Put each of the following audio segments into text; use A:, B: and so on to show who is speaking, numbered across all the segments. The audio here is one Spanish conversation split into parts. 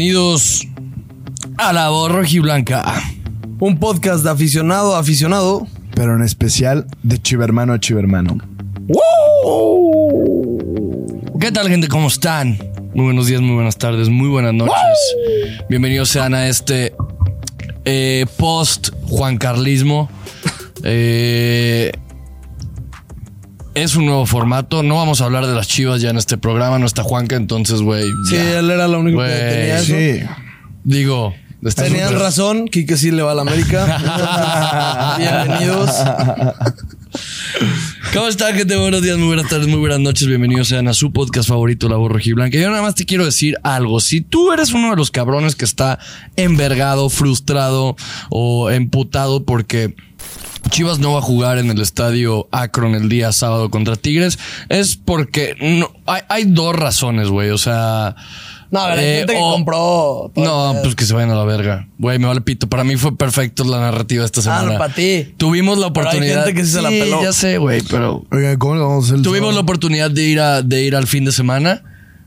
A: Bienvenidos a La Voz Rojiblanca.
B: Un podcast de aficionado a aficionado.
C: pero en especial de Chivermano a Chivermano.
A: ¿Qué tal, gente? ¿Cómo están? Muy buenos días, muy buenas tardes, muy buenas noches. Bienvenidos sean a este eh, post Juan Carlismo. Eh, es un nuevo formato. No vamos a hablar de las chivas ya en este programa. No está Juanca, entonces, güey.
B: Sí,
A: ya.
B: él era la única que
A: Güey,
B: tenía eso.
C: Sí,
A: Digo, está
B: Tenían
A: súper-
B: razón, Quique sí le va a la América. Bienvenidos.
A: ¿Cómo están, gente? Buenos días, muy buenas tardes, muy buenas noches. Bienvenidos sean a su podcast favorito, La Voz Rojiblanca. Yo nada más te quiero decir algo. Si tú eres uno de los cabrones que está envergado, frustrado o emputado porque Chivas no va a jugar en el estadio Akron el día sábado contra Tigres, es porque no- hay, hay dos razones, güey. O sea...
B: No, a ver, hay
A: eh,
B: gente que
A: o-
B: compró.
A: no, pues que se vayan a la verga. Güey, me vale pito. Para mí fue perfecto la narrativa esta
B: Ah,
A: semana.
B: no, pa' ti.
A: Tuvimos la
B: Pero hay
A: oportunidad.
B: gente que sí se la peló.
A: Ya sé, güey, pero
C: oigan, ¿cómo le vamos a hacer? el
A: Tuvimos la
C: sábado?
A: oportunidad de ir, a, de ir al fin de semana.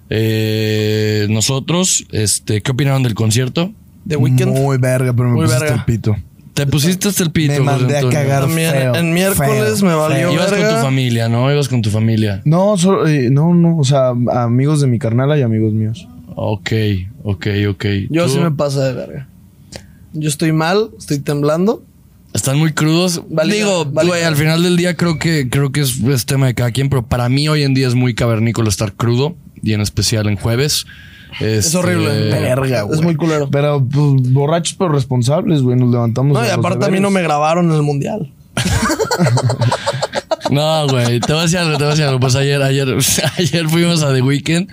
A: Eh, nosotros, este, ¿qué opinaron del concierto?
B: The Weeknd.
C: Muy verga, pero me
B: Muy
C: pusiste
B: verga.
C: el pito.
A: Te pusiste hasta el pito.
C: Me
A: José
C: mandé a
A: Antonio.
C: cagar
B: También
C: feo,
B: en miércoles
C: feo,
B: me valió
A: Ibas con tu
B: verga.
A: familia, ¿no? Ibas con tu familia.
C: No, solo, eh, no, no, o sea, amigos de mi carnala y amigos míos.
A: Ok, ok, ok.
B: Yo
A: ¿Tú?
B: sí me pasa de verga. Yo estoy mal, estoy temblando.
A: Están muy crudos.
B: Vale,
A: Digo,
B: vale.
A: güey, al final del día creo que, creo que es, es tema de cada quien, pero para mí hoy en día es muy cavernícola estar crudo y en especial en jueves. Este,
B: Es horrible.
C: verga,
B: Es
C: güey.
B: muy culero.
C: Pero pues, borrachos pero responsables, güey, nos levantamos.
B: No,
C: de
B: y
C: los
B: aparte a mí
C: deberes.
B: no me grabaron en el mundial.
A: No, güey, te voy a decir algo, te voy a decir algo. Pues ayer, ayer, ayer fuimos a The Weeknd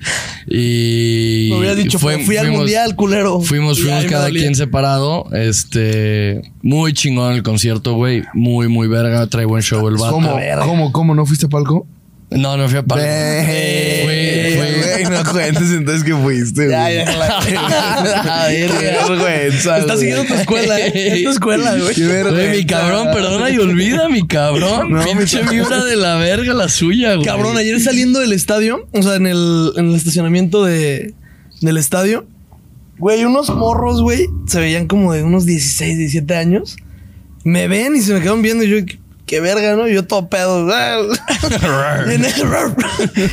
A: y.
B: Me hubieras dicho,
A: fue-
B: fui, fui al
A: fuimos-
B: mundial, culero.
A: Fuimos,
B: Y
A: fuimos
B: ahí me
A: cada
B: dolía.
A: quien separado. Este. Muy chingón el concierto, güey. Muy, muy verga. Trae buen show el vato.
C: ¿Cómo, cómo, cómo? ¿No fuiste a palco? Eh,
A: No, no fui a Palma. Fui- fui-
C: no cuentes entonces que fuiste,
B: Eh, Ya, ya, la- A ver, güey.
C: vergüenza.
B: Está siguiendo tu escuela, ¿eh? Es tu escuela, güey.
C: Qué
A: Güey, mi
C: vergüenza.
A: cabrón, perdona y olvida, mi cabrón.
C: No, mi
A: Pinche
C: cabrón.
A: vibra de la verga, la suya, güey.
B: Cabrón, ayer saliendo del estadio, o sea, en el, en el estacionamiento de, del estadio, güey, unos morros, güey, se veían como de unos 16, 17 años. Me ven y se me quedan viendo y yo, qué- qué verga, ¿no? Y yo todo pedo. y, en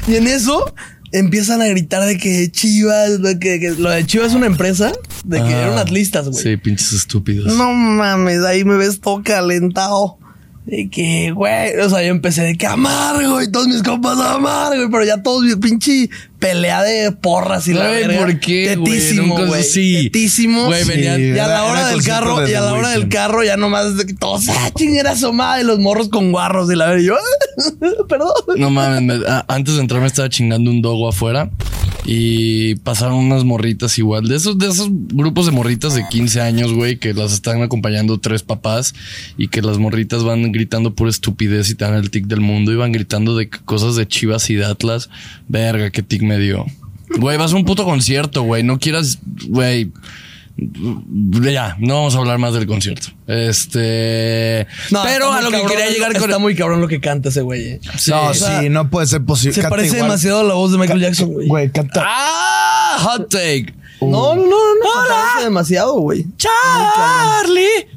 B: y en eso empiezan a gritar de que Chivas, de que, que lo de Chivas es una empresa, de que
A: Ah,
B: eran atlistas, güey.
A: Sí, pinches estúpidos.
B: No mames, ahí me ves todo calentado. De que, güey, o sea, yo empecé de que amargo y todos mis compas amargo, pero ya todos mi pinche pelea de porras y la
A: Güey,
B: verga.
A: ¿por qué, güey?
B: Tetísimo,
A: Nunca-
B: güey.
A: sí.
B: Tetísimo.
A: Güey, venían-
B: Y a
C: era-
B: la hora
C: era
B: del
C: concierto
B: carro,
C: de
B: y a
C: The
B: la hora del
C: Weeknd.
B: carro ya nomás de que todos, ah, chinguera su madre", y los morros con guarros y la verga. Y yo, perdón.
A: No mames, me- a- antes de entrar me estaba chingando un dogo afuera y pasaron unas morritas igual. De esos, de esos grupos de morritas de 15 años, güey, que las están acompañando tres papás y que las morritas van gritando pura estupidez y te dan el tic del mundo. Iban gritando de c- cosas de chivas y de Atlas. Verga, qué tic me dio. Güey, vas a un puto concierto, güey. No quieras, güey. Ya, no vamos a hablar más del concierto. Este.
B: No,
A: pero
B: está
A: a
B: muy
A: lo que
B: cabrón,
A: quería llegar con.
B: Está muy cabrón lo que canta ese güey. eh.
A: Sí.
C: No,
B: o sea,
C: sí, no puede ser posible.
B: Se
C: Canta
B: parece
C: igual.
B: demasiado a la voz de Michael Jackson, güey.
C: Güey, canta.
A: ¡Ah! Hot take. uh.
B: No, no, no, no. se parece demasiado, güey.
A: ¡Charlie!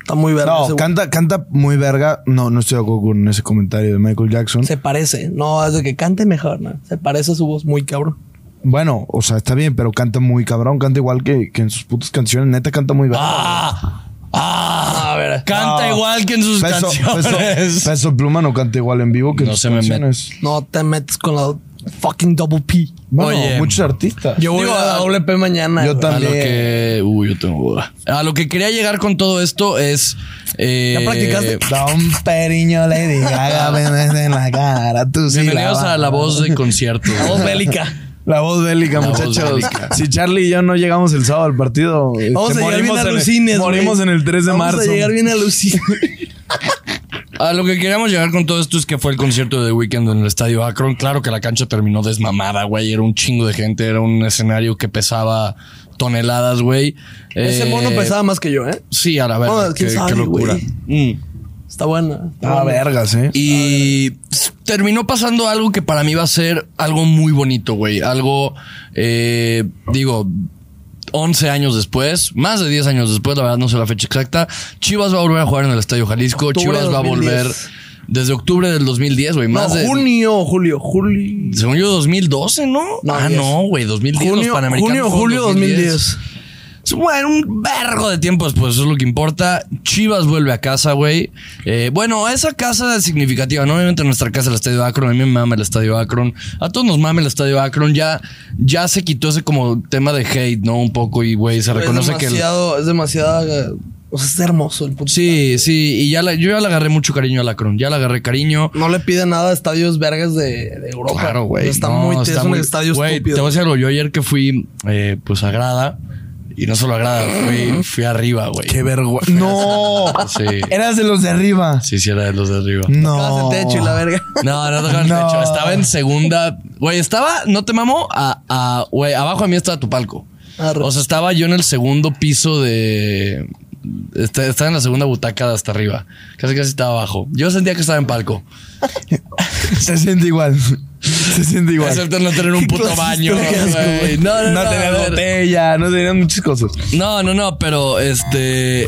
B: Está muy verga ese
C: No,
B: güey.
C: canta, canta muy verga. No, no estoy de acuerdo con ese comentario de Michael Jackson.
B: Se parece. No, es de que cante mejor, ¿no? Se parece a su voz muy cabrón.
C: Bueno, o sea, está bien, pero canta muy cabrón. Canta igual que, que en sus putas canciones. Neta, canta muy verga.
A: ¡Ah! ¡Ah!
B: A ver.
A: Canta
C: No.
A: igual que en sus
C: Peso,
A: canciones.
C: peso, Peso Pluma no canta igual en vivo que en
A: No
C: sus
A: se me met-
C: canciones.
B: No te metes con la fucking double P.
C: Bueno,
A: Oye.
C: muchos artistas.
B: Yo voy
A: Digo,
B: a la
A: a-
B: doble P mañana.
C: yo
B: güey.
C: también.
A: A lo que. Uy, yo tengo duda. A lo que quería llegar con todo esto es. eh,
B: ¿Ya practicaste?
C: Don Periño Lady Gaga, ven en la cara. Tú sí
A: Bienvenidos
C: la
A: a la voz de concierto.
B: La voz bélica.
C: La voz bélica,
A: La voz
C: muchachos.
A: bélica.
C: Si Charlie y yo no llegamos el sábado al partido,
B: Vamos
C: este,
B: a llegar bien
C: morimos en el-
B: alucines. güey.
C: Morimos en el 3 de marzo.
B: Vamos a llegar bien alucines.
A: A lo que queríamos llegar con todo esto es que fue el concierto de The Weeknd en el estadio Akron. Claro que la cancha terminó desmamada, güey. Era un chingo de gente, era un escenario que pesaba toneladas, güey.
B: Ese
A: Eh,
B: mono pesaba más que yo, ¿eh?
A: Sí, a la verga.
B: Oh,
A: qué,
B: quién
A: qué
B: sabe,
A: locura. Mm.
B: Está buena. Está
C: Ah,
B: buena.
C: vergas, eh.
A: Y s- terminó pasando algo que para mí va a ser algo muy bonito, güey. Algo, eh, digo, 11 años después, más de 10 años después, la verdad no sé la fecha exacta, Chivas va a volver a jugar en el Estadio Jalisco,
B: Octubre
A: Chivas va a
B: 2010.
A: volver desde octubre del 2010, güey,
B: No,
A: más de...
B: junio, julio, julio.
A: Según yo, 2012, ¿no?
B: No,
A: ah,
B: 10.
A: no, güey, 2010. los
B: Junio,
A: Panamericanos
B: junio,
A: fueron
B: julio 2010.
A: Es, Bueno, un vergo de tiempo después, eso es lo que importa. Chivas vuelve a casa, güey. Eh, bueno, esa casa es significativa, ¿no? Obviamente nuestra casa, el Estadio Akron, a mí me mama el Estadio Akron. A todos nos mama el Estadio Akron. Ya, ya se quitó ese como tema de hate, ¿no? Un poco y, güey, se reconoce
B: es
A: que... el-
B: demasiado, es demasiada, o sea, es hermoso el puto.
A: Sí, sí, y ya la- yo ya le agarré mucho cariño al Akron, ya le agarré cariño.
B: No le pide nada a estadios vergas de, de Europa.
A: Claro, güey.
B: Está
A: No,
B: muy, es un
A: muy-
B: estadio
A: güey,
B: estúpido.
A: Te voy a decir algo. Yo ayer que fui, eh, pues, a Grada, y no solo a Grada, fui, fui arriba, güey.
C: Qué vergüenza. No.
A: Sí.
C: Eras de los de arriba.
A: Sí, sí, era de los de arriba.
C: No.
B: Tocabas el techo y la verga.
A: No, no tocaba el
C: No.
A: techo. Estaba en segunda. Güey, estaba, no te mamo, a, a- güey, abajo de mí estaba tu palco.
B: Arre.
A: O sea, estaba yo en el segundo piso de. esta- Estaba en la segunda butaca de hasta arriba. Casi, casi estaba abajo. Yo sentía que estaba en palco.
C: Se siente igual. Se siente igual.
A: Excepto no tener un puto baño. güey. No, no, no.
C: no
A: a
C: tenías
A: ver.
C: botella, no tenías muchas cosas.
A: No, no, no, pero este.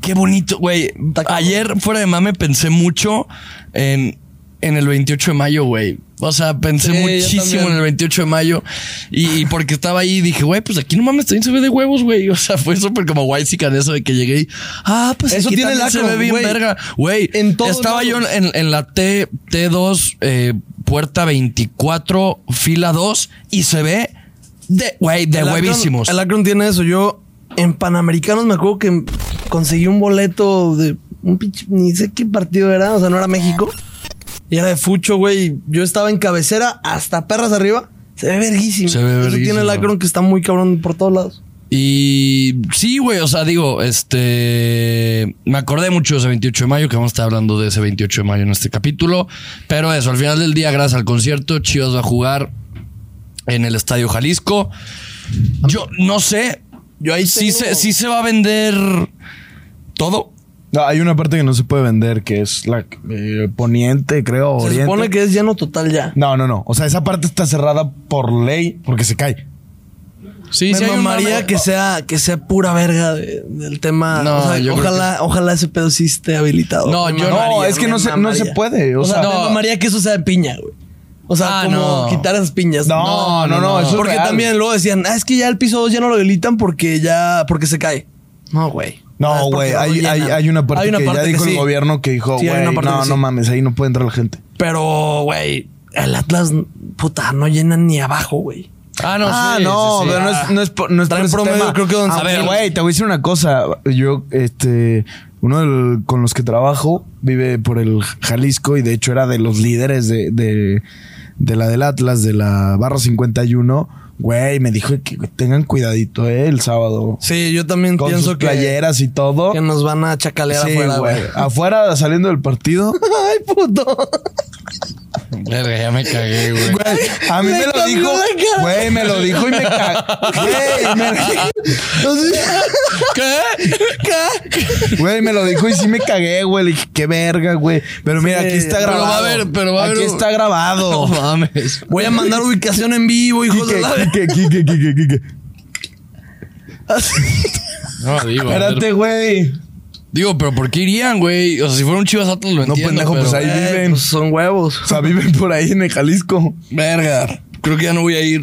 A: Qué bonito, güey. Ayer, fuera de mame, pensé mucho en, en el 28 de mayo, güey. O sea, pensé
B: Sí, yo
A: muchísimo en
B: también.
A: el 28 de mayo. Y, y porque estaba ahí, dije, güey, pues aquí no mames, también se ve de huevos, güey. O sea, fue súper como guay de eso de que llegué y. Ah, pues
B: Eso
A: aquí
B: tiene el
A: también se
B: Akron,
A: ve bien
B: güey.
A: verga. Güey,
B: En todos
A: estaba yo
B: lados.
A: en, en la T, T2, eh, puerta 24, fila 2, y se ve de, güey, de
B: El Akron-
A: huevísimos.
B: el Akron tiene eso. Yo en Panamericanos me acuerdo que conseguí un boleto de un pinche, ni sé qué partido era, o sea, no era México. Y era de Fucho, güey. Yo estaba en cabecera hasta perras arriba. Se ve verguísimo.
A: Se ve
B: Eso
A: verguísimo.
B: tiene el Akron que está muy cabrón por todos lados.
A: Y sí, güey, o sea, digo, este. Me acordé mucho de ese 28 de mayo, que vamos a estar hablando de ese 28 de mayo en este capítulo. Pero eso, al final del día, gracias al concierto, Chivas va a jugar en el Estadio Jalisco. Yo no sé.
B: Yo ahí
A: Sí
B: tengo-
A: se, sí se va a vender todo.
C: No, hay una parte que no se puede vender, que es la eh, poniente, creo,
B: Se
C: oriente.
B: supone que es lleno total ya.
C: No, no, no. O sea, esa parte está cerrada por ley porque se cae.
A: Sí,
B: Me
A: sí, hay un
B: mamaría
A: mame.
B: que sea, que sea pura verga de- del tema.
A: No,
B: O sea,
A: yo creo
B: ojalá, ojalá ese pedo sí esté habilitado.
A: No,
B: Me
A: yo no,
B: mamaría,
C: es que
B: me
C: no se- no
B: mamaría.
C: se puede, o
B: O sea,
C: sea-
B: me
A: No.
B: mamaría que eso sea de piña, güey. O sea,
A: Ah,
B: como
A: no.
B: quitar esas piñas.
C: No, no, no, eso es
B: Porque
C: real.
B: también luego decían, ah, es que ya el piso 2 ya no lo habilitan porque ya, porque se cae. No, güey. Ah, es
C: No,
B: porque
C: güey,
B: no lo
C: hay, hay,
B: llenan.
C: hay una parte
B: Hay
C: que ya dijo
B: sí.
C: el gobierno que dijo,
B: Sí, hay
C: güey,
B: una parte
C: no,
B: que sí.
C: no mames, ahí no puede entrar la gente.
B: Pero, güey, el Atlas, puta, no llenan ni abajo, güey.
A: Ah, no,
C: ah,
A: sí,
C: no,
A: sí, sí.
C: pero no es, no es, por- no es por
B: Traen
C: ese
B: promedio,
C: tema.
B: creo que once
C: A ver,
B: mil.
C: güey, te voy a decir una cosa. Yo, este, uno del- con los que trabajo vive por el Jalisco y de hecho era de los líderes de, de, de la del Atlas, de la barra 51. Güey, me dijo que tengan cuidadito, eh, el sábado.
B: Sí, yo también
C: Con
B: pienso
C: sus playeras y todo.
B: que nos van a chacalear
C: Sí,
B: afuera,
C: güey.
B: Oh. güey.
C: Afuera saliendo del partido.
B: Ay, puto.
A: Verga, ya me cagué, güey.
C: Güey, a mí
B: Me
C: me, lo
B: cambió
C: dijo.
B: la cara.
C: Güey, me lo dijo y me cagó. Güey, me...
A: ¿Qué?
C: Güey, me lo dijo y sí me cagué, güey. Le dije, qué verga, güey. Pero mira,
B: Sí,
C: aquí está
B: pero
A: va a
C: grabado.
A: haber- pero va a
C: aquí
A: haber-
C: está grabado.
A: No mames.
B: Voy a mandar ubicación en vivo, hijos de
C: Quique,
B: la...
C: Quique, Quique, Quique, Quique.
A: No, digo. a ver,
C: Espérate, güey.
A: Digo, pero ¿por qué irían, güey? O sea, si fuera un Chivas Atlas lo
C: No,
A: entiendo.
C: pendejo,
A: pero-
C: pues ahí
B: Eh,
C: viven.
B: pues son huevos.
C: O sea, viven por ahí en el Jalisco.
A: Verga. Creo que ya no voy a ir.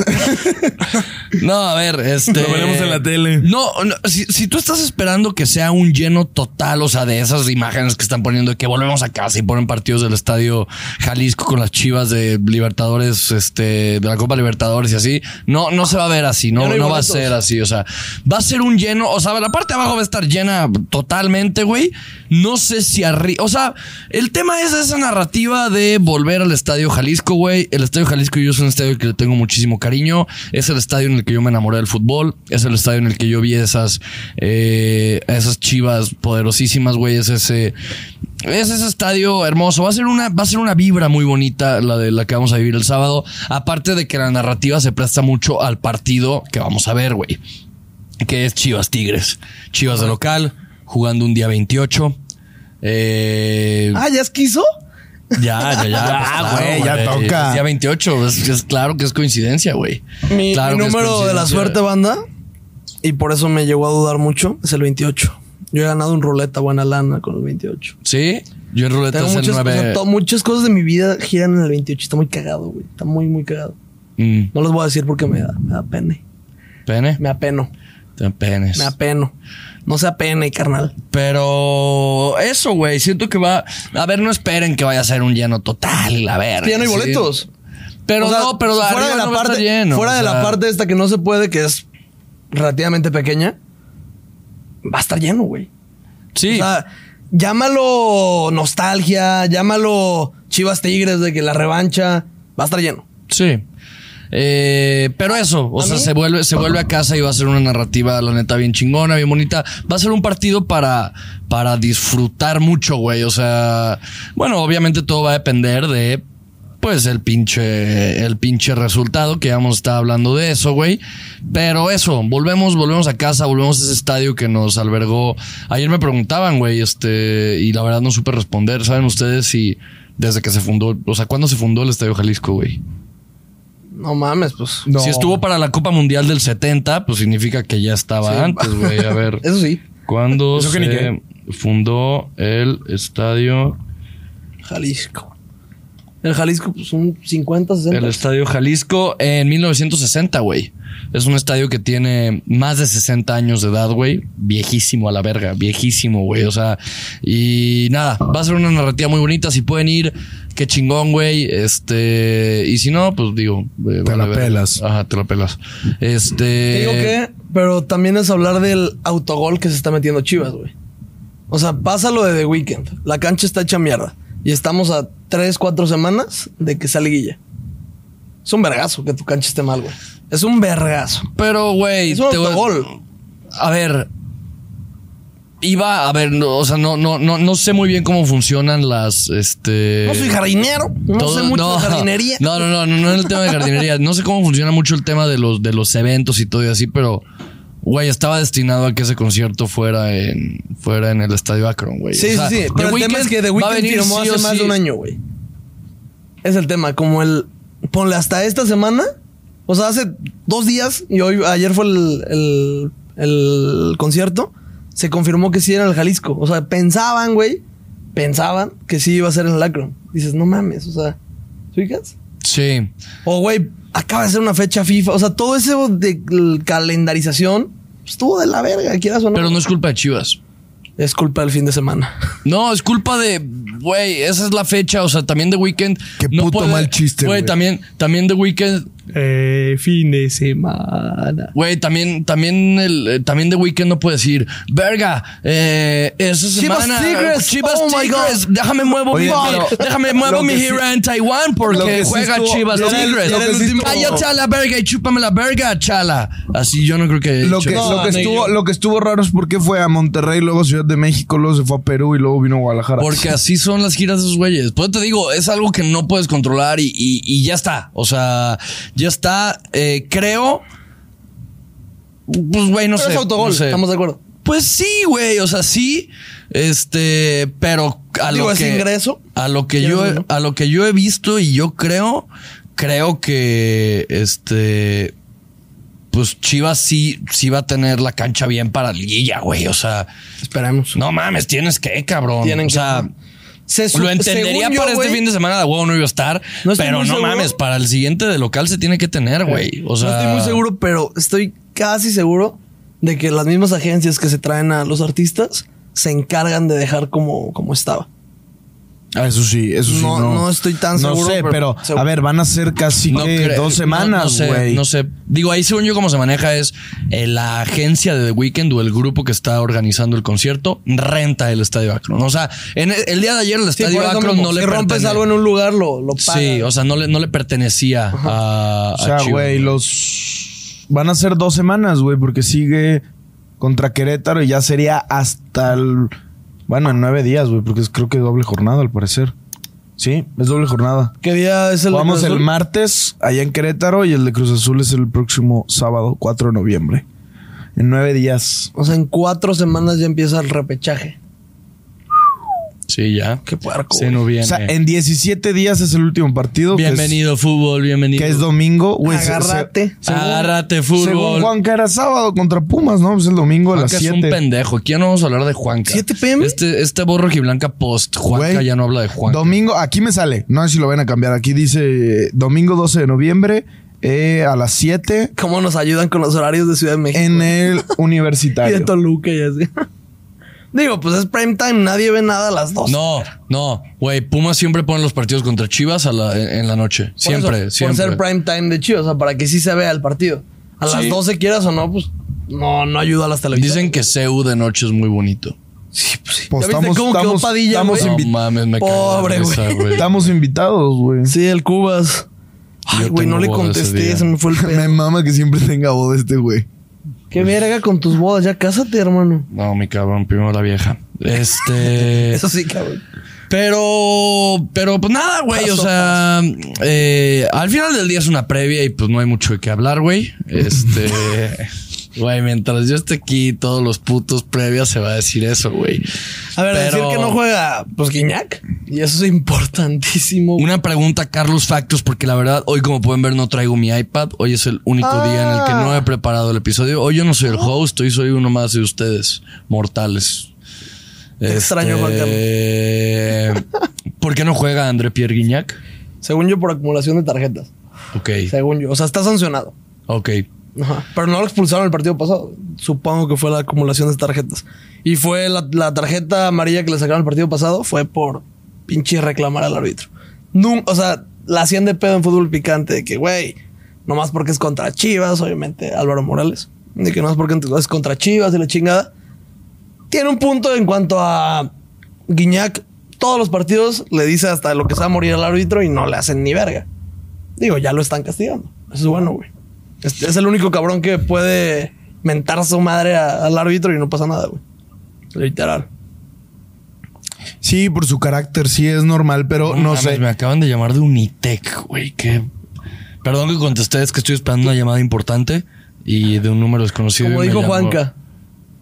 A: no, a ver, este.
C: Lo veremos en la tele.
A: No, no, si, si tú estás esperando que sea un lleno total, o sea, de esas imágenes que están poniendo de que volvemos a casa y ponen partidos del estadio Jalisco con las chivas de Libertadores, este, de la Copa Libertadores y así, no, no se va a ver así, no,
B: Ya no
A: no,
B: hay
A: va a
B: boletos.
A: ser así, o sea, va a ser un lleno, o sea, la parte de abajo va a estar llena totalmente, güey. No sé si arriba, o sea, el tema es esa narrativa de volver al estadio Jalisco, güey. El estadio Jalisco yo es un estadio que le tengo muchísimo cariño, es el estadio en el que yo me enamoré del fútbol, es el estadio en el que yo vi esas, eh, esas chivas poderosísimas, güey, es ese... Es ese estadio hermoso. Va a ser una, va a ser una vibra muy bonita la de la que vamos a vivir el sábado. Aparte de que la narrativa se presta mucho al partido que vamos a ver, güey que es Chivas Tigres. Chivas de local, jugando un día 28. Eh,
B: Ah, ¿ya es quiso?
A: ya, ya, ya. pues,
C: Ah, güey, ya
A: güey.
C: toca.
A: Es Día 28, es, es claro que es coincidencia, güey.
B: Mi,
A: Claro
B: mi
A: que es
B: número de la
A: coincidencia.
B: suerte, banda. Y por eso me llegó a dudar mucho. Es el 28. Yo he ganado un ruleta buena lana con el 28.
A: Sí, yo en ruleta
B: Tengo
A: es el
B: muchas, o sea,
A: 9.
B: to- muchas cosas de mi vida giran en el 28. Está muy cagado, güey. Está muy, muy cagado.
A: Mm,
B: No los voy a decir porque me da, me da pene.
A: pene.
B: Me apeno.
A: Te penes.
B: Me apeno. No se apene, carnal.
A: Pero eso, güey, siento que va. A ver, no esperen que vaya a ser un lleno total y la verga.
B: Que ya no hay
A: sí.
B: boletos.
A: Pero
B: O sea,
A: no, pero
B: fuera
A: arriba
B: de la
A: no va a estar
B: parte,
A: lleno,
B: fuera
A: o
B: de la
A: sea,
B: parte esta que no se puede, que es relativamente pequeña, va a estar lleno, güey.
A: Sí.
B: O sea, llámalo nostalgia, llámalo Chivas Tigres de que la revancha va a estar lleno.
A: Sí. Eh, pero eso, o
B: ¿A
A: sea,
B: mí?
A: se vuelve, se vuelve a casa y va a ser una narrativa, la neta, bien chingona, bien bonita. Va a ser un partido para, para disfrutar mucho, güey. O sea, bueno, obviamente todo va a depender de, pues, el pinche, el pinche resultado, que ya hemos estado hablando de eso, güey. Pero eso, volvemos, volvemos a casa, volvemos a ese estadio que nos albergó. Ayer me preguntaban, güey, este, y la verdad no supe responder. ¿Saben ustedes si desde que se fundó, o sea, cuándo se fundó el Estadio Jalisco, güey?
B: No mames, pues.
C: No.
A: Si estuvo para la Copa Mundial del 70, pues significa que ya estaba
B: Sí.
A: antes, güey. A ver,
B: Eso sí,
A: ¿cuándo
C: Eso
A: se
C: que ni qué.
A: fundó el estadio,
B: Jalisco. El Jalisco, pues un 50, 60.
A: el estadio Jalisco en 1960, güey? Es un estadio que tiene más de 60 años de edad, güey. Viejísimo a la verga, viejísimo, güey. O sea, y nada, va a ser una narrativa muy bonita. Si pueden ir, qué chingón, güey. Este, y si no, pues digo, eh,
C: Te la
A: vale, ver.
C: pelas.
A: Ajá, te la pelas. Este,
B: Te digo que, pero también es hablar del autogol que se está metiendo Chivas, güey. O sea, pasa lo de The Weeknd. La cancha está hecha mierda. Y estamos a 3, 4 semanas de que sale Guilla. Es un vergazo que tu cancha esté mal, güey. Es un vergazo.
A: Pero, güey.
B: Es un
A: te voy-
B: autogol.
A: A ver. Iba, a ver, no, o sea, no, no, no, no sé muy bien cómo funcionan las, este.
B: No soy jardinero. No
A: todo-
B: sé mucho de jardinería.
A: No, no, no, no, no es el tema de jardinería. No sé cómo funciona mucho el tema de los, de los eventos y todo y así, pero, güey, estaba destinado a que ese concierto fuera en, fuera en el Estadio Akron, güey.
B: Sí,
A: O sea,
B: sí, sí. Pero el
A: Weeknd
B: tema es que The
A: va a
B: Weeknd
A: venir
B: firmó
A: sí
B: hace
A: o
B: más
A: sí.
B: de un año, güey. Es el tema. Como el... Ponle hasta esta semana. O sea, hace dos días y hoy... Ayer fue el, el- el concierto. Se confirmó que sí era en el Jalisco. O sea, pensaban, güey. Pensaban que sí iba a ser en el Akron. Dices, no mames, o sea... ¿te ubicas?
A: Sí.
B: O, güey, acaba de ser una fecha FIFA. O sea, todo eso de l- calendarización pues, estuvo de la verga, quieras o no.
A: Pero no es culpa de Chivas.
B: Es culpa del fin de semana.
A: No, es culpa de, güey, esa es la fecha, o sea, también The Weeknd.
C: Qué
A: no
C: puto
A: puede-
C: mal chiste,
A: Güey,
C: güey.
A: también, también The Weeknd
B: fin de semana.
A: Güey, también, también el, eh, también The Weeknd no puede decir, verga, eh, esa
B: Chivas
A: semana.
B: Tigres,
A: Chivas
B: oh my
A: Tigres, déjame muevo
C: Oye,
A: mi,
C: pero-
A: déjame muevo
C: lo
A: mi
C: que sí-
A: hero en Taiwán
C: lo
A: porque
C: que sí
A: juega
C: estuvo-
A: Chivas
C: era el-
A: Tigres.
C: era el último-
A: Cállate a la verga y chúpame la verga, chala. Así yo no creo que.
C: Lo que,
A: No,
C: lo, que
B: ni
C: estuvo,
B: yo.
C: lo que estuvo raro es porque fue a Monterrey, luego Ciudad de México, luego se fue a Perú y luego vino a Guadalajara.
A: Porque así son las giras de esos güeyes. Pues te digo, es algo que no puedes controlar y, y- y ya está. O sea, ya está. Eh, creo. Pues, güey, no
B: Pero
A: sé.
B: es autogol,
A: no sé.
B: estamos de acuerdo.
A: Pues sí, güey, o sea, sí, este, pero a
B: Digo,
A: lo
B: es
A: que
B: ingreso.
A: a lo que
B: Quieres
A: yo
B: decir,
A: a lo que yo he visto y yo creo creo que este pues Chivas sí sí va a tener la cancha bien para Liguilla, güey, o sea,
B: Esperemos.
A: no mames, tienes que, cabrón.
B: Tienen
A: o
B: que-
A: sea,
B: Se su-
A: lo entendería
B: según yo,
A: para este
B: güey,
A: fin de semana de huevo no iba a estar,
B: No estoy
A: pero no
B: muy seguro.
A: mames, para el siguiente de local se tiene que tener, güey. O sea,
B: No estoy muy seguro, pero estoy casi seguro de que las mismas agencias que se traen a los artistas se encargan de dejar como, como estaba.
C: Ah, eso sí, eso sí.
B: No-
C: No,
B: no estoy tan
C: no
B: seguro,
C: sé,
B: pero-
C: pero,
B: seguro.
C: a ver, van a ser casi
A: No
C: que
A: creo-
C: dos
A: no- no
C: semanas,
A: sé,
C: güey.
A: No, sé, Digo, ahí según yo cómo se maneja es eh, la agencia de The Weeknd o el grupo que está organizando el concierto renta el Estadio Akron. O sea, en e, el, el día de ayer el
B: Sí,
A: Estadio
B: por eso
A: Akron
B: mismo,
A: no le
B: si rompes
A: pertene-
B: algo en un lugar, lo, lo pagas.
A: Sí, o sea, no le, no le pertenecía a, a
C: O sea,
A: Chivas.
C: güey, los. Van a ser dos semanas, güey, porque sigue contra Querétaro y ya sería hasta el. Bueno, en nueve días, güey, porque es, creo que doble jornada, al parecer. Sí, es doble jornada.
B: ¿Qué día es el de
C: Jugamos
B: Cruz
C: el
B: Azul?
C: martes allá en Querétaro y el de Cruz Azul es el próximo sábado, 4 de noviembre. En nueve días.
B: O sea, en cuatro semanas ya empieza el repechaje.
A: Sí, ya.
B: Qué puerco.
A: Se
B: güey.
A: no viene.
C: O sea, en 17 días es el último partido. que es-
A: bienvenido fútbol, bienvenido.
C: Que es domingo, güey. se- se-
B: Agárrate.
C: según-
A: Agárrate, fútbol.
C: Según Juanca era sábado contra Pumas, ¿no? Pues el domingo a las
A: Juanca es un
C: 7.
A: pendejo. Aquí ya no vamos a hablar de Juanca.
B: 7 PM.
A: Este, este borro rojiblanca post. Juanca
C: Güey,
A: ya no habla de Juanca.
C: Domingo, aquí me sale. No sé si lo van a cambiar. Aquí dice eh, domingo 12 de noviembre eh, a las 7
B: ¿Cómo nos ayudan con los horarios de Ciudad de México?
C: en el
B: Y de
C: universitario.
B: Toluca y así. Digo, pues es prime time, nadie ve nada a las dos.
A: No, no, güey. Pumas siempre pone los partidos contra Chivas a la- en, en la noche.
B: Por eso,
A: Siempre, siempre.
B: Por ser prime time de Chivas, o sea, para que sí se vea el partido. A las
A: Sí.
B: 12 quieras o no, pues no, no ayuda a las televisiones.
A: Dicen que CEU de noche es muy bonito.
B: Sí, pues sí. ¿Ya
C: Pues
B: viste
C: estamos-
B: cómo quedó
C: estamos-
B: Padilla,
C: estamos
B: güey?
A: No
C: invi-
A: mames, me cago
B: Pues Pobre,
A: de risa,
B: güey.
A: güey.
C: Estamos invitados, güey.
B: Sí, el Cubas. Ay,
A: Yo
B: güey,
A: tengo
B: no le
A: boda ese
B: contesté,
A: día.
B: se me fue el
C: Me
B: pedo.
C: mama que siempre tenga voz este güey.
B: Qué verga con tus bodas, ya cásate, hermano.
A: No, mi cabrón, primero la vieja. Este.
B: Eso sí, cabrón.
A: Pero, pero pues nada, güey. O
B: Paso,
A: sea, eh, al final del día es una previa y pues no hay mucho de qué hablar, güey. Este, güey, mientras yo esté aquí, todos los putos previas se va a decir eso, güey.
B: A ver,
A: Pero-
B: decir que no juega, pues Guiñac. Y eso es importantísimo.
A: Una pregunta, Carlos Factos, porque la verdad, hoy, como pueden ver, no traigo mi iPad. Hoy es el único día en el que
B: Ah.
A: no he preparado el episodio. Hoy yo no soy el
B: Oh.
A: host, hoy soy uno más de ustedes, mortales.
B: Te extraño, Juan
A: Carlos. Este, ¿Por qué no juega André Pierre Guignac?
B: Según yo, por acumulación de tarjetas.
A: Ok,
B: Según yo. O sea, está sancionado.
A: ok.
B: Ajá. Pero no lo expulsaron el partido pasado. Supongo que fue la acumulación de tarjetas. Y fue la, la tarjeta amarilla que le sacaron el partido pasado, fue por pinche reclamar al árbitro. Nun- o sea, la hacían de pedo en fútbol picante de que, güey, nomás porque es contra Chivas, obviamente, Álvaro Morales. De que nomás porque es contra Chivas y la chingada. Tiene un punto en cuanto a Guiñac. Todos los partidos le dice hasta lo que se va a morir al árbitro y no le hacen ni verga. Digo, ya lo están castigando. Eso es bueno, güey. Este es el único cabrón que puede mentar su madre a- al árbitro y no pasa nada, güey. Literal.
C: Sí, por su carácter, sí es normal, pero
A: No
C: no
A: mames,
C: sé.
A: Me acaban de llamar de Unitec, güey. Que... Perdón que contesté, es que estoy esperando una llamada importante y de un número desconocido. y
B: Como
A: me
B: dijo
A: llamó.
B: Juanca.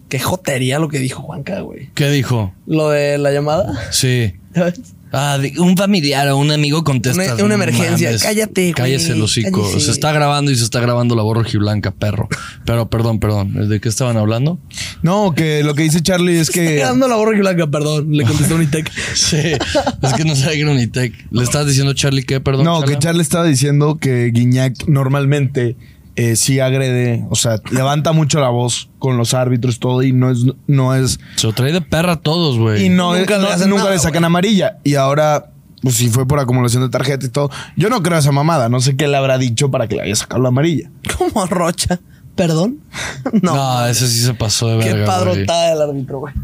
B: Qué jotería lo que dijo Juanca, güey.
A: ¿Qué dijo?
B: Lo de la llamada.
A: Sí.
B: ¿sabes?
A: Ah, di- un familiar o un amigo contesta.
B: Una- una
A: no
B: emergencia. Cállate, güey.
A: Cállese el hocico.
B: Cállese.
A: Se está grabando y se está grabando la borra blanca, perro. Pero perdón, perdón. ¿De qué estaban hablando?
C: No, que lo que dice Charlie es que.
B: Dando la borra y blanca, perdón. Le contestó Unitec.
A: Sí. es que no sabe que era Unitec. ¿Le estás diciendo Charlie qué? Perdón.
C: No, que
A: Charlie?
C: Charlie estaba diciendo que Guiñac normalmente eh, sí agrede, o sea, levanta mucho la voz con los árbitros, todo, y no es, no es,
A: Se lo trae de perra a todos, güey.
C: y no,
B: Nunca
C: nunca,
B: le
C: no,
B: hacen
C: nunca
B: nada,
C: le sacan amarilla. Y ahora, pues si fue por acumulación de tarjeta y todo, yo no creo esa mamada, no sé qué le habrá dicho para que le haya sacado la amarilla.
B: Como Rocha. ¿Perdón? No.
A: No, ese sí se pasó de
B: Qué
A: verga. güey. Eh.
B: padrotada el árbitro, güey.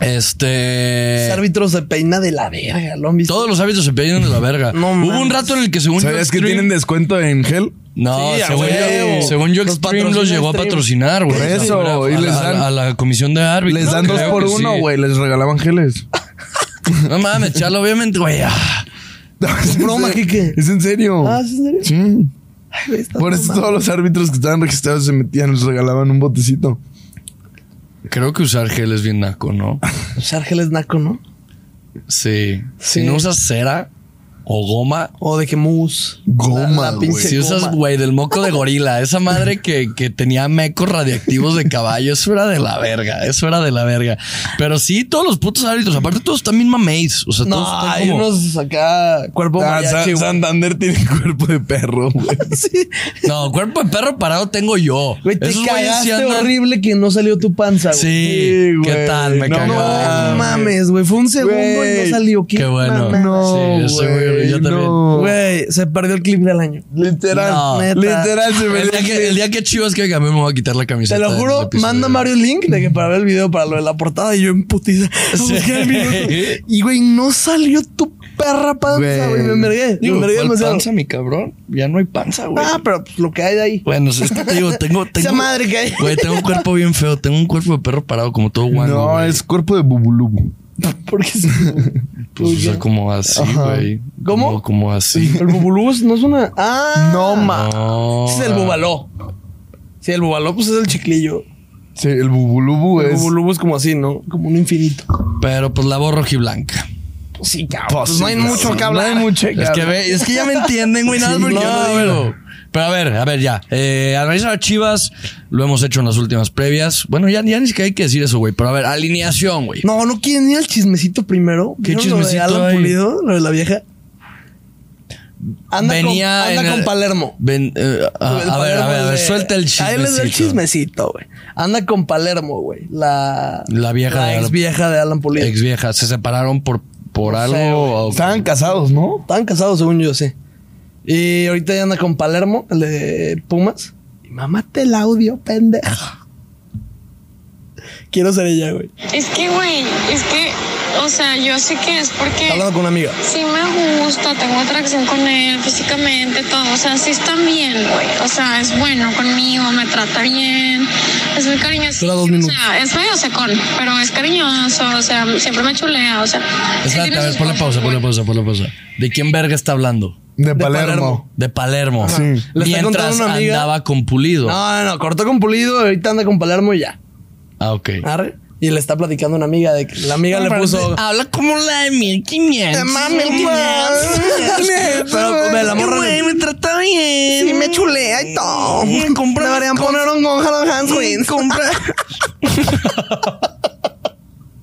A: Este.
B: Ese árbitro se peina de la verga. ¿Lo han visto?
A: Todos los hábitos se pedían de la verga.
B: No
A: Hubo un
B: mames.
A: rato en el que según yo
C: ¿Sabías que
A: Extreme-
C: tienen descuento en gel?
A: No,
B: Sí, a
A: según,
B: huevo.
A: yo, según yo
B: Los
A: Extreme
B: patrocina
A: los llegó a
B: Extreme.
A: patrocinar, güey.
C: Por
A: O sea,
C: eso,
A: a,
C: y
A: la-
C: les
A: a la-
C: dan-
A: a la comisión de árbitros.
C: Les dan dos
A: Creo
C: por
A: que
C: uno,
A: sí.
C: güey, les regalaban geles.
A: No mames, chalo, obviamente, güey. ah.
C: Es
B: broma, Quique.
C: Es en serio.
B: Ah, ¿sí, en serio?
C: Sí.
B: Ay, güey, estás
C: Por eso
B: mamando.
C: todos los árbitros que estaban registrados se metían, les regalaban un botecito.
A: Creo que usar gel es bien naco, ¿no?
B: Usar gel es naco, ¿no?
A: Sí.
B: Sí.
A: Si no usas cera o goma.
B: O de que mousse.
C: Goma,
B: La- la pinche
A: Si usas,
B: goma.
A: güey, del moco de gorila, esa madre que, que tenía mecos radiactivos de caballo, eso era de la verga, eso era de la verga. Pero sí, todos los putos árbitros, aparte todos están bien mameis, o sea,
B: No,
A: todos están
B: hay
A: como-
B: unos acá cuerpo
C: Ah,
B: mariachi.
C: Sa-
B: güey.
C: Santander tiene cuerpo de perro, güey.
B: Sí.
A: No, cuerpo de perro parado tengo yo.
B: Güey, te
A: Esos güeyes sí
B: cagaste
A: andan-
B: horrible que no salió tu panza, güey.
A: Sí,
C: Sí,
A: ¿qué
C: güey.
A: tal? Me
C: No
A: cagó.
B: No
C: mames.
B: mames, güey. Fue un segundo y
C: Güey.
B: no salió.
A: Qué bueno.
B: mamá.
A: Sí, yo soy muy- yo también.
B: Güey, se perdió el clip del año.
C: Literal,
A: No.
B: Neta.
C: literal se me
A: El día, que, el día que Chivas que cambió me voy a quitar la camiseta.
B: Te lo
A: del
B: juro,
A: episodio.
B: manda Mario el link de que para ver el video, para lo de la portada, y yo en putiza.
A: Sí.
B: busqué el minuto. Y güey, no salió tu perra panza,
C: Güey.
B: güey. Me envergué.
A: Digo,
B: me envergué
A: ¿cuál
B: demasiado.
A: panza, mi cabrón? Ya no hay panza, güey.
B: Ah, pero pues, lo que hay de ahí.
A: Bueno, es que te digo, tengo, tengo.
B: Esa madre que hay.
A: Güey, tengo un cuerpo bien feo. Tengo un cuerpo de perro parado como todo guano.
C: No,
A: güey.
C: es cuerpo de bubulubu.
B: Porque es-
A: Pues, o sea, como así, güey.
B: ¿Cómo?
A: Como, como así.
B: el bubulús no es una. Ah,
C: No, ma.
A: No.
B: Ese es el bubaló. Sí, el bubaló, pues es el chiclillo.
C: Sí, el bubulubu
B: El
C: es.
B: bubulubu es como así, ¿no? Como un infinito.
A: Pero pues la voz rojiblanca.
B: Pues sí, cabrón.
C: Pues
B: Pues no hay
C: sí,
B: mucho
C: sí,
B: que hablar.
C: No hay mucho que
A: Es que,
C: hablar.
A: ve- es que ya me entienden, güey, nada más
B: Sí,
A: porque
B: no,
A: yo lo digo. Pero a ver, a ver, ya. Eh, analizar a Chivas, lo hemos hecho en las últimas previas. Bueno, ya, ya ni siquiera hay que decir eso, güey. Pero a ver, alineación, güey.
B: No, no quieren ir al chismecito primero.
A: ¿Qué
B: ¿Vieron
A: chismecito
B: Lo de Alan
A: hay?
B: Pulido, lo de la vieja. Anda
A: Venía
B: con, anda
A: en
B: con
A: el-
B: Palermo.
A: Ven, eh, a,
B: El
A: a ver, a
B: Palermo
A: ver, a ver,
B: de-
A: suelta el chisme.
B: Ahí les da el chismecito, güey. Anda con Palermo, güey. La,
A: La vieja de
B: La
A: Alan-
B: ex vieja de Alan Pulido.
A: Ex vieja, se separaron por, por
B: No sé,
A: algo. o-
C: Estaban casados, ¿no?
B: Estaban casados, según yo, sí. Y ahorita ya anda con Palermo, el de Pumas. Y mamate el audio, pendejo. Quiero ser ella, güey.
D: Es que, güey, es que, o sea, yo sé que es
B: Está
D: porque
B: hablando con una amiga.
D: sí me gusta, tengo atracción con él físicamente, todo. O sea, sí están bien, güey. O sea, es bueno conmigo, me trata bien, es muy cariñoso.
B: Dura dos minutos.
D: O sea, es medio secón, pero es cariñoso, o sea, siempre me chulea, o sea. sí tiene
A: Espérate, a ver,
D: sus
A: ponle
D: cosas,
A: pausa,
D: güey.
A: ponle pausa, ponle pausa. ¿De quién verga está hablando?
C: De,
B: Palermo.
C: Palermo.
A: De Palermo.
C: Sí. Le
B: está
A: Mientras
B: contando una amiga.
A: andaba con Pulido.
B: No, no, no, cortó con Pulido, ahorita anda con Palermo y ya.
A: Ah, ok.
B: Arre. Y le está platicando una amiga de que la amiga le puso.
A: Habla como la de 1500.
B: Mami, güey. Pero me la morra. le-
A: me trata bien.
B: Sí, me chulea y todo.
A: Mm, compra-
B: Deberían
A: com-
B: poner un Gohan Hanswins. Compra.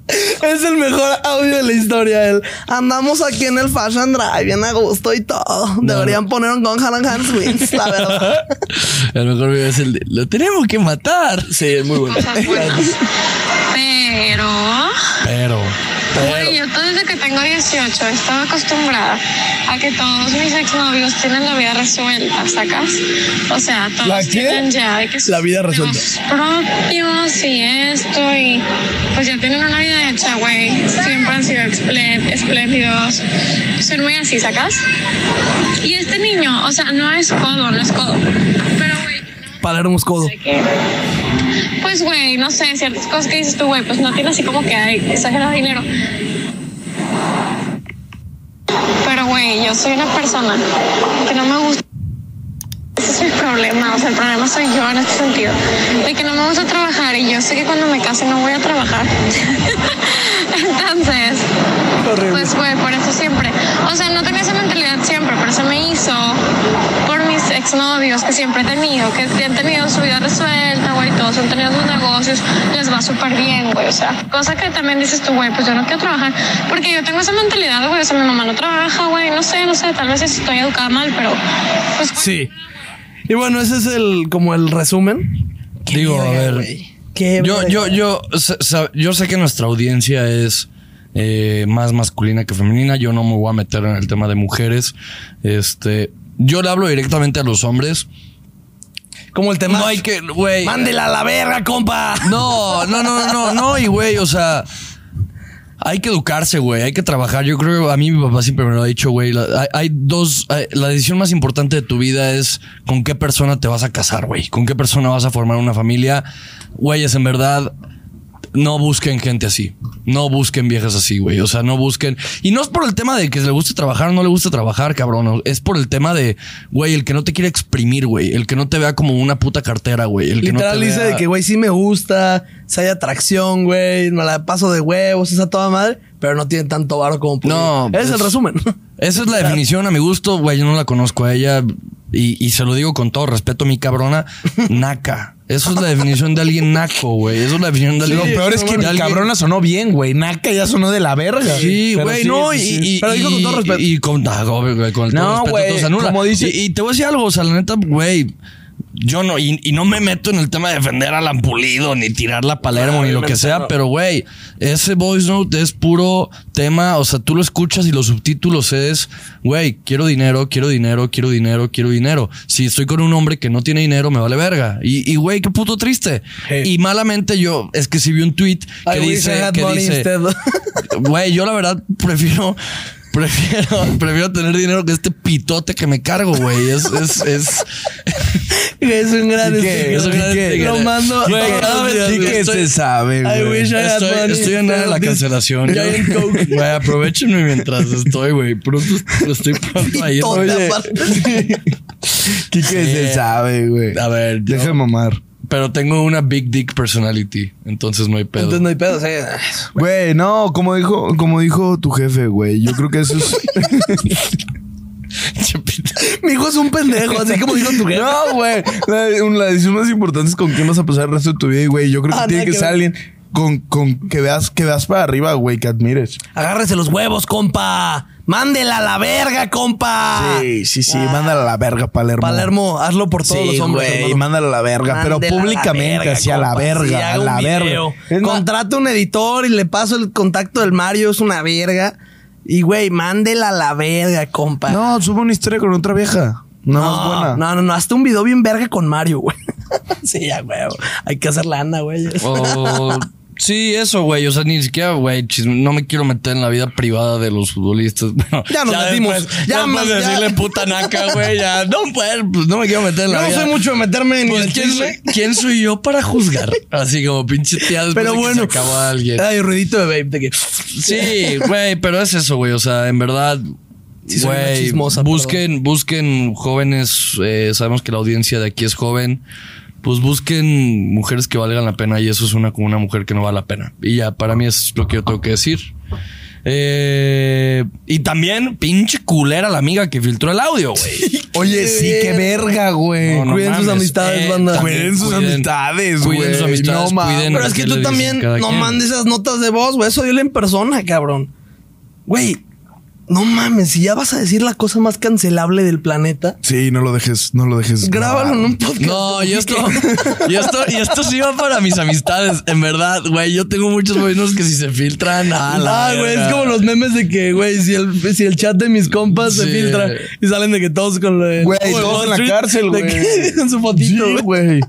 B: Es el mejor audio de la historia. El andamos aquí en el Fashion Drive, bien a gusto y todo. Deberían poner un Gohan Hanswins, la verdad.
A: El mejor video es el de lo tenemos que matar.
B: Sí, es muy bueno.
D: Cosas buenas. Pero.
A: Pero, pero.
D: Güey, yo todo desde que tengo 18 estaba acostumbrada a que todos mis exnovios tienen la vida resuelta, ¿sacas? O sea, todos
C: ¿La qué?
D: tienen ya de que sus
B: La vida
D: empleos propios y esto y pues ya tienen una vida hecha, güey. Siempre han sido esplé- espléndidos. Son muy así, ¿sacas? Y este niño, o sea, no es codo, no es codo. Pero, güey,
B: Palermo Escodo.
D: de que, Pues, güey, no sé, ciertas cosas que dices tú, güey, pues no tiene así como que hay exagerado dinero. Pero, güey, yo soy una persona que no me gusta. Ese es el problema, o sea, el problema soy yo en este sentido. De que no me gusta trabajar y yo sé que cuando me case no voy a trabajar. Entonces, pues, güey, por eso siempre. O sea, no tenía esa mentalidad siempre, pero se me hizo por mis exnovios que siempre he tenido, que han tenido su vida resuelta, güey, todos han tenido sus negocios, les va súper bien, güey. O sea, cosa que también dices tú, güey, pues yo no quiero trabajar, porque yo tengo esa mentalidad, güey, o sea, mi mamá no trabaja, güey, no sé, no sé, tal vez estoy educada mal, pero pues güey,
B: Sí. Y bueno, ese es el como el resumen.
A: Digo, a ver.
B: Qué
A: Yo,
B: verga.
A: yo, yo, sa- sa- yo sé que nuestra audiencia es eh, más masculina que femenina. Yo no me voy a meter en el tema de mujeres. Este, yo le hablo directamente a los hombres.
B: Como el tema.
A: No hay que, güey.
B: Mándela a la verga, compa.
A: No, no, no, no, no, y güey, o sea, hay que educarse, güey, hay que trabajar. Yo creo, a mí mi papá siempre me lo ha dicho, güey, la- hay, hay dos, hay- la decisión más importante de tu vida es con qué persona te vas a casar, güey, con qué persona vas a formar una familia. Güeyes, en verdad, no busquen gente así. No busquen viejas así, güey. O sea, no busquen. Y no es por el tema de que le guste trabajar o no le guste trabajar, cabrón. Es por el tema de, güey, el que no te quiere exprimir, güey. El que no te vea como una puta cartera, güey. El que no te
B: Literal dice
A: vea-
B: de que, güey, sí me gusta, si hay atracción, güey, me la paso de huevos, esa toda madre, pero no tiene tanto varo como
A: No,
B: Ese Es
A: pues-
B: el resumen.
A: Esa es la definición, a mi gusto, güey, yo no la conozco a ella y, y se lo digo con todo respeto, mi cabrona, naca. Eso es la definición de alguien naco, güey. Eso es la definición de alguien.
C: Lo peor es
A: de
C: que
A: alguien-
C: mi cabrona sonó bien, güey. Naca ya sonó de la verga.
A: Sí,
C: Pero
A: güey,
C: sí,
A: no,
C: sí,
A: y,
C: sí.
A: y-
B: Pero digo con
A: y-
B: todo respeto.
A: Y con, ah, güey, güey, con todo
C: No,
A: respeto,
C: güey,
A: todo se anula.
C: como dice-
A: y, y te voy a decir algo, o sea, la neta, güey, yo no, y, y no me meto en el tema de defender al ampulido, ni tirar la
C: Ah,
A: Palermo, ni lo que sea, pero güey, ese voice note es puro tema, o sea, tú lo escuchas y los subtítulos es, güey, quiero dinero, quiero dinero, quiero dinero, quiero dinero. Si estoy con un hombre que no tiene dinero, me vale verga. Y, y, güey, qué puto triste. Y malamente yo, es que si vi un tweet que
B: I wish I
A: dice,
B: had
A: que
B: money
A: dice,
B: instead.
A: Güey, yo la verdad prefiero. Prefiero, prefiero tener dinero que este pitote que me cargo, güey. Es, es, es.
B: es un gran
C: ¿Y
B: sticker.
C: qué?
A: es un gran
C: ¿Y qué?
A: sticker.
B: Lo mando a
A: Güey,
B: todos
A: cada
B: los
A: vez
B: días,
C: Sí
A: güey,
C: que
A: estoy-
C: se sabe,
B: I
C: güey.
B: wish I had
A: Estoy,
B: money
A: estoy en
B: instead
A: la
B: of this
A: cancelación.
B: Giant Coke.
A: Güey, aprovechenme mientras estoy, güey. Pronto estoy pronto ahí.
B: Pitote,
A: Oye,
B: aparte.
C: Quique se sabe, güey.
A: A ver, yo-
C: Deja de mamar.
A: Pero tengo una big dick personality, entonces no hay pedo.
B: Entonces no hay pedo. O sea,
C: Güey,
B: Pues.
C: no, como dijo, como dijo tu jefe, güey. Yo creo que eso es.
A: Chapita.
B: mi hijo es un pendejo, así como dijo tu jefe.
C: no, güey. La, una de las decisiones más importantes con quién vas a pasar el resto de tu vida, y, güey. Yo creo que
B: Ah,
C: tiene
B: nada
C: que
B: que
C: ser
B: ver.
C: alguien con, con que veas, que veas para arriba, güey, que admires.
B: Agárrese los huevos, compa. Mándela a la verga, compa.
C: Sí, sí, sí. Mándala a la verga, Palermo.
B: Ah, Palermo, hazlo por todos
C: Sí,
B: los hombres.
C: güey,
B: hermano.
C: mándala a la verga, pero
B: Mándela a la
C: públicamente,
B: verga,
C: así a la
B: compa, sí,
C: verga, a
B: haga un
C: la verga.
B: video.
C: Es más,
B: Contrata un editor y le paso el contacto del Mario, es una verga. Y güey, mándela a la verga, compa.
C: No, sube una historia con otra vieja. Una más buena.
B: No, no, no, hazte un video bien verga con Mario, güey. sí, ya, güey. Hay que hacer lana, güey.
C: Oh.
A: O- sí, eso, güey. O sea, ni siquiera, güey, chisme- no me quiero meter en la vida privada de los futbolistas. Bueno,
B: Ya nos metimos.
A: después-
B: Ya
A: ya
B: más-
A: más
B: ya.
A: decirle puta naca, güey. Ya, no, pues, pues, no me quiero meter en la vida.
B: de meterme en
A: Pues,
B: el
A: ¿quién,
B: chisme.
A: soy, quién soy yo para juzgar? Así como pinche tía después
B: Pero
A: de que
B: bueno.
A: se acabó alguien.
B: Ay, ruidito de babe. de que-
A: Sí, güey, pero es eso, güey. O sea, en verdad,
B: Sí, soy una
A: güey,
B: chismosa,
A: busquen, busquen jóvenes. eh, sabemos que la audiencia de aquí es joven. Pues busquen mujeres que valgan la pena y eso es una como una mujer que no vale la pena. Y ya, para mí es lo que yo tengo que decir. Eh, y también, pinche culera la amiga que filtró el audio, güey.
C: Oye, sí, qué verga, güey.
A: No, no
B: cuiden sus
A: mames. Eh,
B: amistades, banda.
A: también
C: Cuiden sus amistades,
A: Cuiden sus
C: güey.
A: amistades,
C: No mames.
A: cuiden
B: Pero es que
A: qué le
B: tú
A: dicen
B: también
A: cada
B: no
A: quien.
B: mandes esas notas de voz, güey. Eso dile en persona, cabrón. Güey, no mames. Si ya vas a decir la cosa más cancelable del planeta, pues
C: Sí, no lo dejes, no lo dejes.
B: grábalo en
C: grabar.
B: un podcast.
A: No, y esto, y esto, y esto sí va para mis amistades, en verdad, güey. Yo tengo muchos buenos que si se filtran, a la
B: Ah, güey, es
A: verga.
B: como los memes de que, güey, si el, si el chat de mis compas se
A: Sí.
B: filtra y salen de que todos con lo de.
C: Güey,
B: Wall
C: todos en la
B: Street,
C: cárcel,
B: de
C: güey.
B: que- Con su
C: Sí,
B: fotito, güey.
C: güey.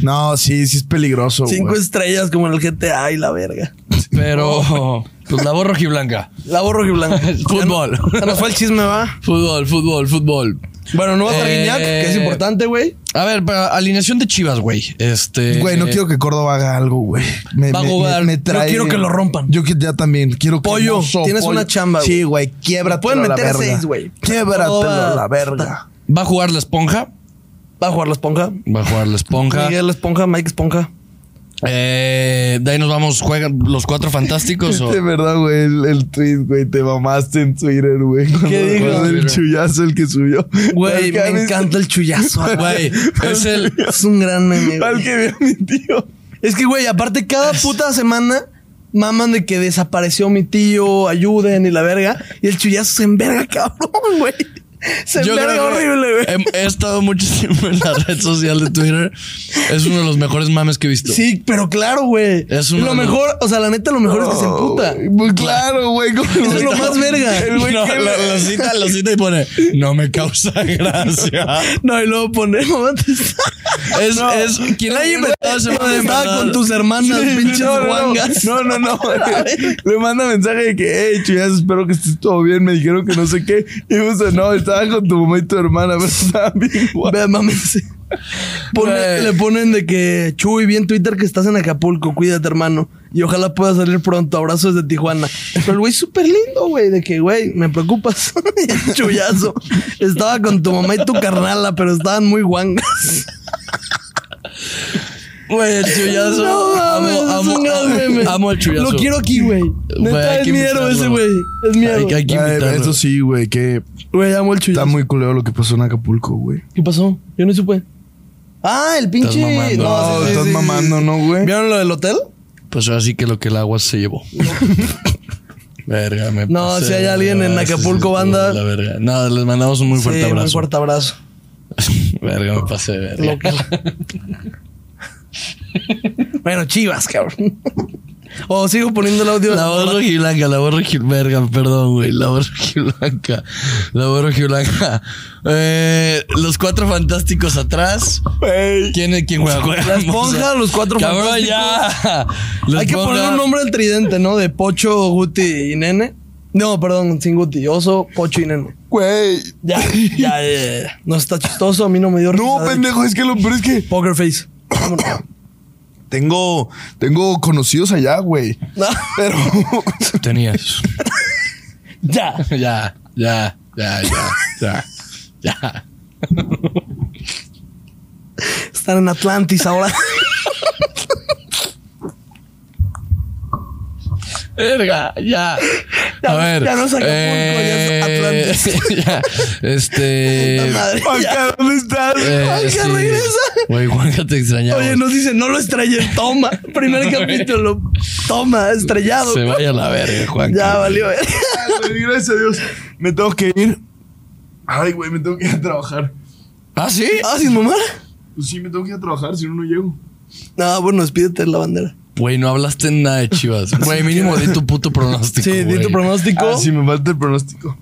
C: No, sí, sí es peligroso,
B: Cinco
C: güey.
B: estrellas como en el GTA y la verga.
A: Pero, pues la voz rojiblanca.
B: La borro y blanca.
A: Fútbol.
B: Se nos fue el chisme, va.
A: Fútbol, fútbol, fútbol.
B: Bueno, no va a estar
A: Eh,
B: Guiñac, que es importante, güey.
A: A ver, para alineación de Chivas, güey. Este.
C: Güey, no quiero que Córdoba haga algo, güey. Me,
A: Va a jugar. Yo
B: quiero que lo rompan.
C: Yo que ya también quiero que
B: Pollo,
C: Mozo,
B: tienes
C: Pollo-
B: una chamba, güey.
C: Sí, güey, quiebra
B: Pueden
C: a la
B: meter
C: verga.
B: seis, güey.
C: Quiébratelo
B: Córdoba-
C: a la verga.
A: Va a jugar la esponja.
B: Va a jugar la esponja.
A: Va a jugar la esponja.
B: Miguel Esponja, Mike Esponja.
A: Eh, de ahí nos vamos, juegan los cuatro fantásticos. o-
C: De verdad, güey, el, el tweet, güey, te mamaste en Twitter, güey. Cuando-
B: dijo?
C: cuando El chullazo, el que subió.
B: Güey,
C: Al que
B: me
C: ha visto-
B: encanta el chullazo,
A: Güey, es el.
B: Es un gran meme, güey.
C: Al que vio a mi tío.
B: Es que, güey, aparte cada puta semana maman de que desapareció mi tío, ayuden y la verga. Y el chullazo se enverga, cabrón, güey. Se enverga
A: que
B: horrible, güey.
A: He, he estado mucho tiempo en la red social de Twitter. Es uno de los mejores mames que he visto.
B: Sí, pero claro, güey.
A: Es
B: Y
A: un
B: Lo
A: mame.
B: mejor, o sea, la neta, lo mejor es que se emputa.
C: Pues claro, güey. como-
B: Eso es lo más verga.
A: El güey que lo, lo cita, lo cita y pone, no me causa gracia.
B: No, y luego ponemos antes.
A: Es, es, ¿quién ha inventado ese mame?
B: Estaba
A: verdad?
B: con tus hermanas, pinches
C: no, no,
B: guangas.
C: No, no, no. Le manda mensaje de que, hey, chullazo, espero que estés todo bien. Me dijeron que no sé qué. Y puso, no, estaba con tu mamá y tu hermana, pero estaban bien guapos.
B: Ve, mámense. Pone-
A: Güey.
B: le ponen de que Chuy, vi en Twitter que estás en Acapulco, cuídate, hermano. Y ojalá pueda salir pronto. Abrazos de Tijuana. Pero el güey súper lindo, güey. De que, güey, me preocupas. Y el Chuyazo. Estaba con tu mamá y tu carnala, pero estaban muy guangas.
A: Güey, el chullazo.
B: No mames,
A: amo,
B: es
A: amo,
B: un gran meme.
A: amo, el chullazo.
B: Lo quiero aquí, güey.
A: Güey,
B: Neta,
A: hay
B: es
A: que
B: mi héroe
A: invitarlo.
B: ese, güey. Es
A: Hay,
B: mi
A: hay
B: héroe.
A: que
C: Ay,
A: invitarlo.
C: Eso sí, güey, que
B: Güey, amo el
C: está
B: Chuyazo.
C: muy culero lo que pasó en Acapulco, güey.
B: ¿Qué pasó? Yo no supe. Ah, el pinche.
A: mamando.
B: No, sí, sí,
C: estás
B: sí, sí.
C: mamando, ¿no, güey?
B: ¿Vieron lo del hotel?
A: Pues ahora sí que lo que el agua se llevó. verga, me
B: No,
A: pasé
B: si hay
A: de
B: alguien en
A: lanza, sí,
B: Acapulco,
A: estuvo
B: banda.
A: de La verga. No, les mandamos un muy fuerte
B: Sí,
A: abrazo.
B: Un fuerte abrazo.
A: Verga, me pasé de verga.
B: bueno, chivas, cabrón. O Oh, sigo poniendo el audio.
A: La voz rojiblanca, la voz rojiblanca, perdón, güey. La voz rojiblanca. La voz rojiblanca. Eh, los cuatro fantásticos atrás. ¿Quién, quién juega?
B: La esponja, los cuatro
A: Cabrón,
B: fantásticos.
A: ya. La
B: Hay que
A: esponja.
B: poner un nombre al tridente, ¿no? De Pocho, Guti y Nene. No, perdón, sin Guti. Oso, Pocho y Nene.
C: Güey.
B: Ya, ya, ya, ya. No está chistoso, a mí no me dio
C: No,
B: risada.
C: pendejo, es que lo peor es que
B: Poker face. Vámonos.
C: tengo, tengo conocidos allá, güey.
B: No.
C: Pero
A: Tenías.
B: ya.
A: Ya, ya, ya, ya, ya. Ya.
B: Están en Atlantis ahora.
A: Verga, ya.
B: Ya-
A: A ver. eh,
B: ya no es Acapulco, ya es
A: ya, Este.
B: Puta madre, ya.
C: Juanca, ¿dónde estás?
A: eh,
B: Juanca,
A: sí.
B: regresa.
A: Güey, Juanca, te extrañaba.
B: Oye, nos dicen, no lo estrellé, toma. Primer capítulo, toma, estrellado.
A: Se vaya a la verga, Juanca.
B: Ya valió. eh.
C: Ay, Gracias a Dios. Me tengo que ir. Ay, güey, me tengo que ir a trabajar.
A: ¿Ah, sí?
B: Ah, sin mamá.
C: Pues sí, me tengo que ir a trabajar, si no, no llego.
B: Ah, bueno, despídete de la bandera.
A: Güey, no hablaste nada de chivas. Güey, mínimo di tu puto pronóstico.
B: Sí, di
A: güey.
B: tu pronóstico.
C: Ah, sí, me falta el pronóstico.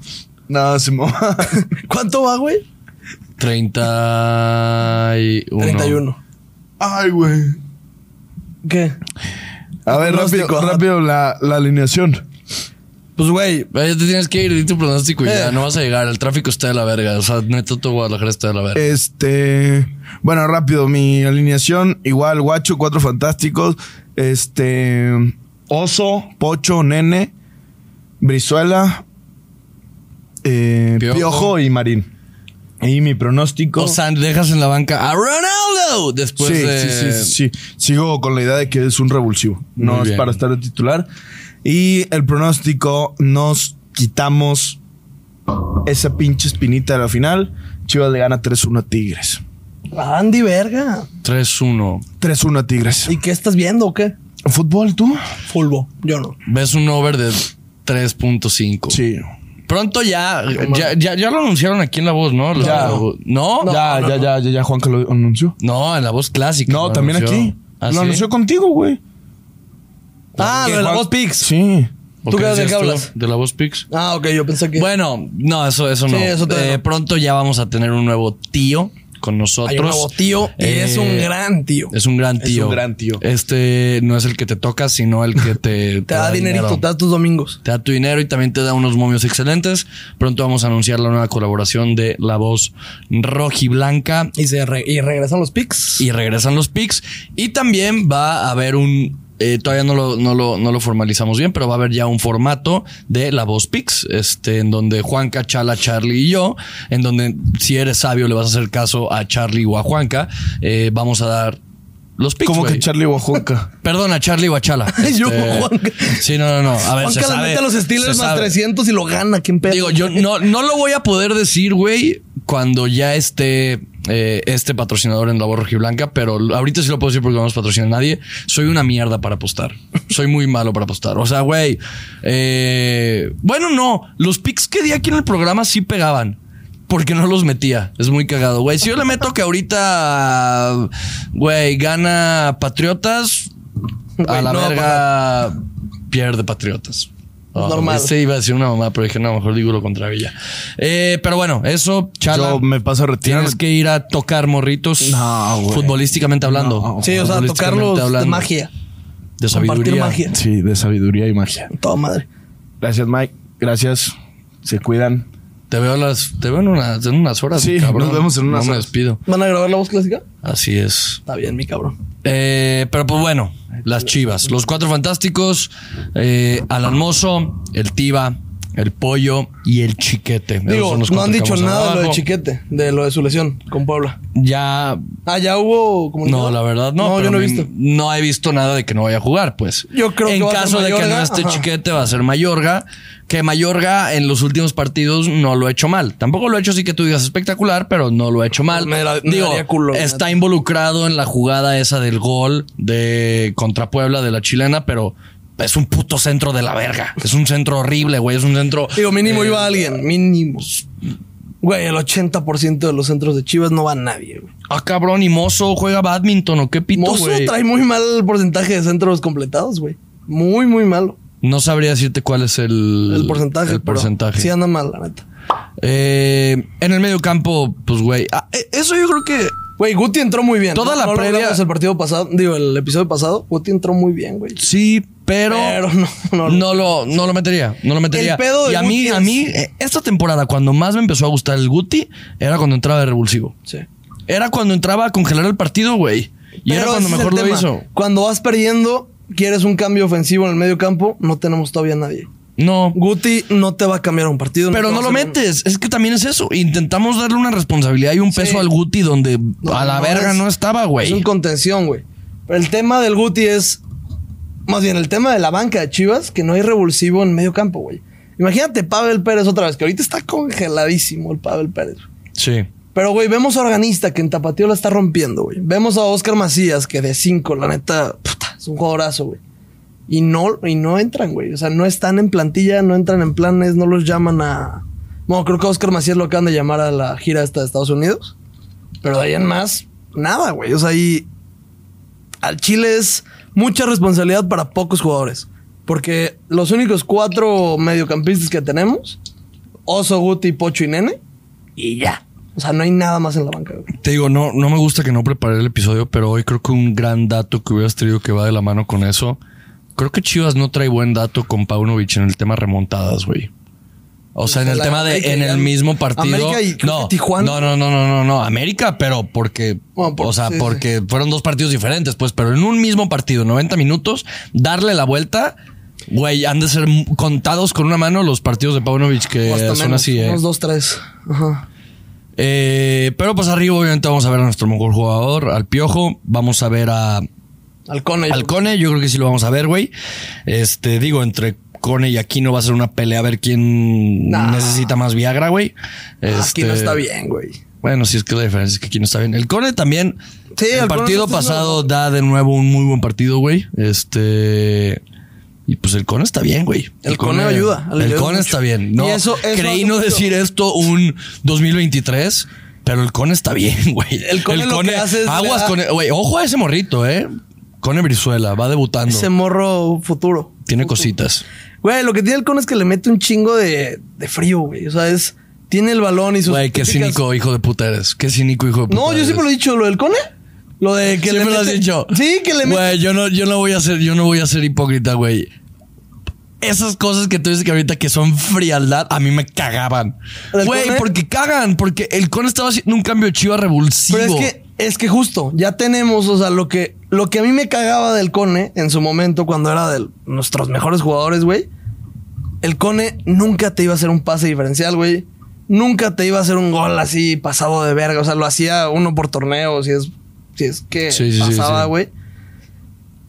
C: Nada, se me va.
B: ¿Cuánto va, güey?
A: 31.
B: 31.
C: Ay, güey.
B: ¿Qué?
C: A ver, rápido,
B: Pronóstico, ajá.
C: rápido la, la alineación.
B: Pues, güey,
A: Güey, Ya te tienes que ir, di tu pronóstico y ya
B: Eh.
A: no vas a llegar. El tráfico está de la verga. O sea, neta, todo Guadalajara está de la
C: Eh,
A: verga.
C: Este. Bueno, rápido, mi alineación. Igual, guacho, cuatro fantásticos. Este. Oso, Pocho, Nene, Brizuela, eh,
A: Piojo.
C: Piojo. y Marín. Y mi pronóstico.
A: o sea, dejas en la banca a Ronaldo después
C: sí,
A: de.
C: sí, sí, sí, sí. Sigo con la idea de que es un revulsivo. No
A: eh, Muy
C: es
A: bien.
C: para estar de titular. Y el pronóstico, nos quitamos esa pinche espinita de la final. Chivas le gana 3-1 a Tigres.
B: Andy, verga.
A: 3-1.
C: 3-1 a Tigres.
B: ¿Y qué estás viendo o qué?
C: ¿Fútbol tú?
B: Fulbo, yo no.
A: Ves un over de 3.5.
C: Sí.
A: Pronto ya, ya, ya, ya lo anunciaron aquí en La Voz, ¿no? Lo-
C: Ya.
A: ¿No?
C: ya, ya, ya, ya, ya, Juanca lo anunció.
A: No, en La Voz Clásica.
C: No,
A: lo
C: también
A: anunció.
C: aquí.
A: ¿Ah,
C: lo
A: sí?
C: anunció contigo, güey.
B: Ah, lo de la
C: Juan-
B: voz Pix.
C: Sí.
A: ¿Por
B: ¿Tú
A: qué
B: qué- de
A: decías
B: qué
A: tú?
B: hablas?
A: ¿De La Voz Pix?
B: Ah, ok, yo pensé que.
A: Bueno, no, eso, eso
B: Sí,
A: no.
B: eso todavía
A: Eh,
B: no.
A: Pronto ya vamos a tener un nuevo tío con nosotros.
B: hay un nuevo tío y
A: Eh,
B: es un gran tío.
A: Es un gran tío.
C: gran tío.
A: Este no es el que te toca, sino el que te,
B: Te da dinerito,
A: dinero.
B: te da tus domingos.
A: Te da tu dinero y también te da unos momios excelentes. Pronto vamos a anunciar la nueva colaboración de La Voz Rojiblanca.
B: Y, se re- y regresan los pics.
A: y regresan los picks. Y también va a haber un. eh, todavía no lo, no, lo, no lo formalizamos bien, pero va a haber ya un formato de la voz Picks, este, en donde Juanca, Chala, Charlie y yo, en donde si eres sabio le vas a hacer caso a Charlie o a Juanca, eh, vamos a dar los picks.
C: Como que
A: güey.
C: Charlie Oaxaca.
A: Perdón, a Charlie o a Chala. Este,
B: Yo, Juanca.
A: Sí, no, no, no. A ver, pues, se
B: Juanca le
A: sabe,
B: mete a los
A: se
B: Steelers más
A: sabe.
B: 300 y lo gana. ¿Quién pedo?
A: Digo, yo no, no lo voy a poder decir, güey, cuando ya esté eh, este patrocinador en la voz rojiblanca, pero ahorita sí lo puedo decir porque no nos patrocina nadie. Soy una mierda para apostar. Soy muy malo para apostar. O sea, güey, eh, bueno, no. Los picks que di aquí en el programa sí pegaban. Porque no los metía. Es muy cagado, güey. Si yo le meto que ahorita, güey, gana Patriotas, a
B: Güey,
A: la
B: no va a
A: verga pierde Patriotas. Ah,
B: Pues normal.
A: Se iba a decir una mamá, pero dije, no, mejor digo lo contrario y ya. Eh, pero bueno, eso, chala.
C: Yo me paso a retirar.
A: Tienes que ir a tocar morritos.
C: No, güey.
A: Futbolísticamente hablando.
C: No.
B: Sí, o sea,
A: Futbolísticamente
B: tocarlos de
A: hablando.
B: magia.
A: De
B: Compartir
A: sabiduría.
B: magia.
C: Sí, de sabiduría y magia.
B: Toda madre.
C: Gracias, Mike. Gracias. Se cuidan.
A: Te veo, las, te veo en, unas, en unas horas.
C: Sí,
A: cabrón.
C: nos vemos en unas
A: No me
C: horas.
A: despido.
B: ¿Van a grabar la voz clásica?
A: Así es.
B: Está bien, mi cabrón.
A: Eh, pero pues bueno, las chivas. Los cuatro fantásticos, eh, Alan Mozo, el Tiba, el Pollo y el Chiquete. Esos
B: Digo,
A: son los
B: no han
A: cuatro que vamos
B: dicho
A: a
B: nada de lo de
A: abajo.
B: Chiquete, de lo de su lesión con Puebla.
A: Ya,
B: Ah, ya hubo
A: no,
B: comunicado?
A: la verdad no.
B: No, yo
A: pero
B: no he
A: ni-
B: visto.
A: No he visto nada de que no vaya a jugar, pues.
B: Yo creo que
A: En
B: va a ser
A: caso de que
B: Mayorga,
A: no esté
B: ajá.
A: Chiquete, va a ser Mayorga. Que Mayorga en los últimos partidos no lo ha hecho mal. Tampoco lo ha hecho así que tú digas espectacular, pero no lo ha hecho mal.
B: Me da- me
A: Digo,
B: daría culo, la
A: está involucrado en la jugada esa del gol de contra Puebla de la chilena, pero es un puto centro de la verga. Es un centro horrible, güey. Es un centro.
B: Digo, mínimo
A: eh,
B: iba alguien, mínimo. Güey, el 80% de los centros de Chivas no va nadie, güey.
A: Ah, cabrón, y Mozo juega badminton o qué pito,
B: Mozo
A: güey.
B: trae muy mal el porcentaje de centros completados, güey. Muy, muy malo
A: No sabría decirte cuál es el,
B: el porcentaje.
A: El
B: pero
A: porcentaje.
B: Sí anda mal, la neta.
A: Eh, en el medio campo, pues, güey. ah, eh, eso yo creo que.
B: Güey, Guti entró muy bien.
A: Toda la
B: lo
A: previa-
B: hablamos el partido pasado, digo, el episodio pasado, Guti entró muy bien, güey.
A: Sí, pero.
B: Pero no, no.
A: No lo, no lo metería, no lo metería.
B: El pedo del
A: y a mí,
B: Guti es-
A: a mí, eh, esta temporada, cuando más me empezó a gustar el Guti, era cuando entraba de revulsivo.
B: Sí.
A: Era cuando entraba a congelar el partido, güey. Y
B: Pero
A: era cuando
B: ese es el
A: mejor lo
B: tema.
A: hizo.
B: Cuando vas perdiendo, quieres un cambio ofensivo en el medio campo, no tenemos todavía nadie.
A: No.
B: Guti no te va a cambiar un partido.
A: Pero
B: te
A: no
B: va a
A: lo
B: hacer un-
A: metes. Es que también es eso. Intentamos darle una responsabilidad y un peso
B: Sí.
A: al Guti donde
B: No,
A: a la
B: no
A: verga
B: es-
A: no estaba,
B: Es un
A: güey.
B: contención, güey. Pero el tema del Guti es más bien el tema de la banca de Chivas, que no hay revulsivo en medio campo, güey. Imagínate Pavel Pérez otra vez, que ahorita está congeladísimo el Pavel Pérez.
A: Sí.
B: Pero, güey, vemos a Organista, que en Tapatío la está rompiendo, güey. Vemos a Oscar Macías, que de cinco, la neta, puta, es un jugadorazo, güey. Y no, y no entran, güey. O sea, no están en plantilla, no entran en planes, no los llaman a... Bueno, creo que a Oscar Macías lo acaban de llamar a la gira esta de Estados Unidos. Pero de ahí en más, nada, güey. O sea, ahí... Al Chile es mucha responsabilidad para pocos jugadores. Porque los únicos cuatro mediocampistas que tenemos, Oso, Guti, Pocho y Nene, y ya. O sea, no hay nada más en la banca, güey.
A: Te digo, no, no me gusta que no preparé el episodio, pero hoy creo que un gran dato que hubieras tenido que va de la mano con eso. Creo que Chivas no trae buen dato con Paunovic en el tema remontadas, güey. O sea, en el
B: La
A: tema de
B: América
A: en
B: y
A: el
B: Am-
A: mismo partido.
B: América y creo
A: no,
B: que Tijuana.
A: no, no, no, no, no, no. América, pero porque,
B: Bueno, por-
A: o sea,
B: sí, sí.
A: porque fueron dos partidos diferentes, pues, pero en un mismo partido, 90 minutos, darle la vuelta, güey, han de ser m- contados con una mano los partidos de Paunovic que
B: O hasta
A: son
B: menos,
A: así, eh.
B: Unos dos, tres. Ajá.
A: Eh, pero pues arriba, obviamente, vamos a ver a nuestro mejor jugador, al Piojo. Vamos a ver a
B: Al Cone.
A: al Cone, yo creo que sí lo vamos a ver, güey. Este, digo, entre Cone y Aquino va a ser una pelea a ver quién
B: Nah.
A: necesita más Viagra, güey.
B: Aquí no
A: Este,
B: está bien, güey.
A: Bueno, sí es que la diferencia es que Aquino está bien. El Cone también.
B: Sí,
A: el
B: el Cone
A: partido
B: está haciendo-
A: pasado da de nuevo un muy buen partido, güey. Este. Y pues el Cone está bien, güey.
B: El Cone ayuda, le
A: El
B: ayuda
A: Cone
B: mucho.
A: está bien. No,
B: Y eso- eso
A: creí
B: hace
A: no
B: mucho.
A: decir esto un 2023. Pero el Cone está bien, güey.
B: El Cone lo que hace es le
A: Aguas
B: da-
A: con... Güey, ojo a ese morrito, ¿eh? Cone Brizuela, va debutando.
B: Ese morro futuro.
A: Tiene cositas.
B: Güey, lo que tiene el Cone es que le mete un chingo de, de frío, güey. O sea, es. Tiene el balón y sus.
A: Güey, qué
B: típicas-
A: cínico hijo de puta eres. Qué cínico hijo de puta
B: No, yo
A: eres.
B: siempre lo he dicho, lo del Cone. Lo de que le
A: Siempre
B: mete.
A: lo has dicho.
B: Sí, que le mete.
A: Güey, yo no, yo no voy a ser, yo no voy a ser hipócrita, güey. Esas cosas que tú dices que ahorita que son frialdad, a mí me cagaban.
B: ¿El
A: Güey,
B: Cone?
A: porque cagan, porque el con estaba haciendo un cambio de chiva revulsivo.
B: Pero es que, es que justo, ya tenemos, o sea, lo que, lo que a mí me cagaba del Cone en su momento, cuando era de nuestros mejores jugadores, güey. El Cone nunca te iba a hacer un pase diferencial, güey. Nunca te iba a hacer un gol así pasado de verga. O sea, lo hacía uno por torneo, si es, si es que
A: Sí, sí, sí,
B: pasaba,
A: sí.
B: güey.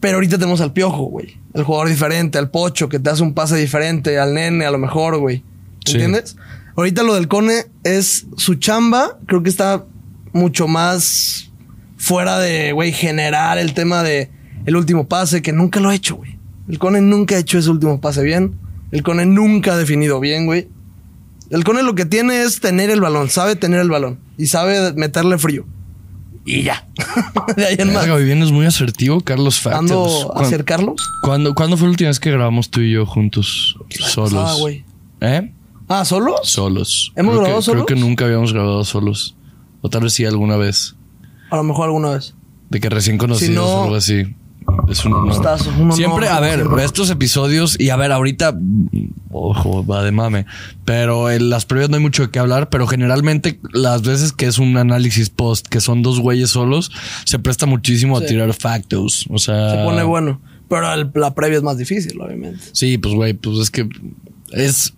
B: Pero ahorita tenemos al Piojo, güey. El jugador diferente, al Pocho, que te hace un pase diferente, al Nene, a lo mejor, güey.
A: Sí.
B: ¿Entiendes? Ahorita lo del Cone es su chamba. Creo que está mucho más fuera de, güey, generar el tema de el último pase, que nunca lo ha hecho, güey. El Cone nunca ha hecho ese último pase bien. El Cone nunca ha definido bien, güey. El Cone lo que tiene es tener el balón, sabe tener el balón y sabe meterle frío. Y ya. de ahí en más.
A: Verga, pues, hoy vienes muy asertivo, Carlos Factos.
B: Ando a acercarlos.
A: ¿cuándo, cuándo fue la última vez que grabamos tú y yo juntos? Solos.
B: pasada, Ah, güey?
A: ¿Eh?
B: Ah, ¿solos?
A: Solos.
B: ¿Hemos
A: Creo que-
B: grabado solos?
A: Creo que nunca habíamos grabado solos. O tal vez sí alguna vez.
B: A lo mejor alguna vez.
A: De que recién conocidos
B: Si no-
A: o algo así. Es un honor.
B: Gustazo, un honor.
A: Siempre, a ver,
B: Siempre.
A: estos episodios y a ver, ahorita, ojo, va de mame, pero en las previas no hay mucho de qué hablar, pero generalmente las veces que es un análisis post, que son dos güeyes solos, se presta muchísimo a
B: Sí.
A: tirar factos. O sea,
B: Se pone bueno. Pero el- la previa es más difícil, obviamente.
A: Sí, pues güey, pues es que es,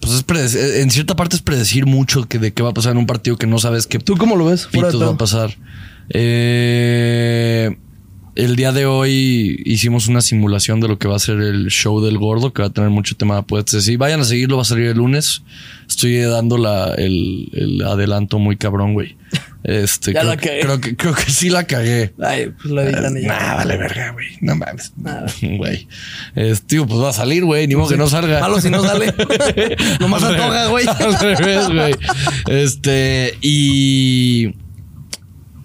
A: pues es predec- en cierta parte es predecir mucho que de qué va a pasar en un partido que no sabes qué
B: ¿Tú cómo lo ves? Fuera de
A: pitos va a
B: pedo.
A: pasar. Eh, el día de hoy hicimos una simulación de lo que va a ser el show del gordo, que va a tener mucho tema de apuestas. Si vayan a seguirlo, va a salir el lunes. Estoy dando la, el, el adelanto muy cabrón, güey. Este,
B: Ya
A: creo,
B: la cagué.
A: creo que, creo que sí la cagué.
B: Ay, pues lo editan y ya.
A: Nah, vale verga, güey. No mames. Güey. Este, tío, pues va a salir, güey. Ni modo que no salga.
B: Malo si no sale. Nomás
A: Al revés,
B: atoja, güey.
A: Al revés, güey. Este, y.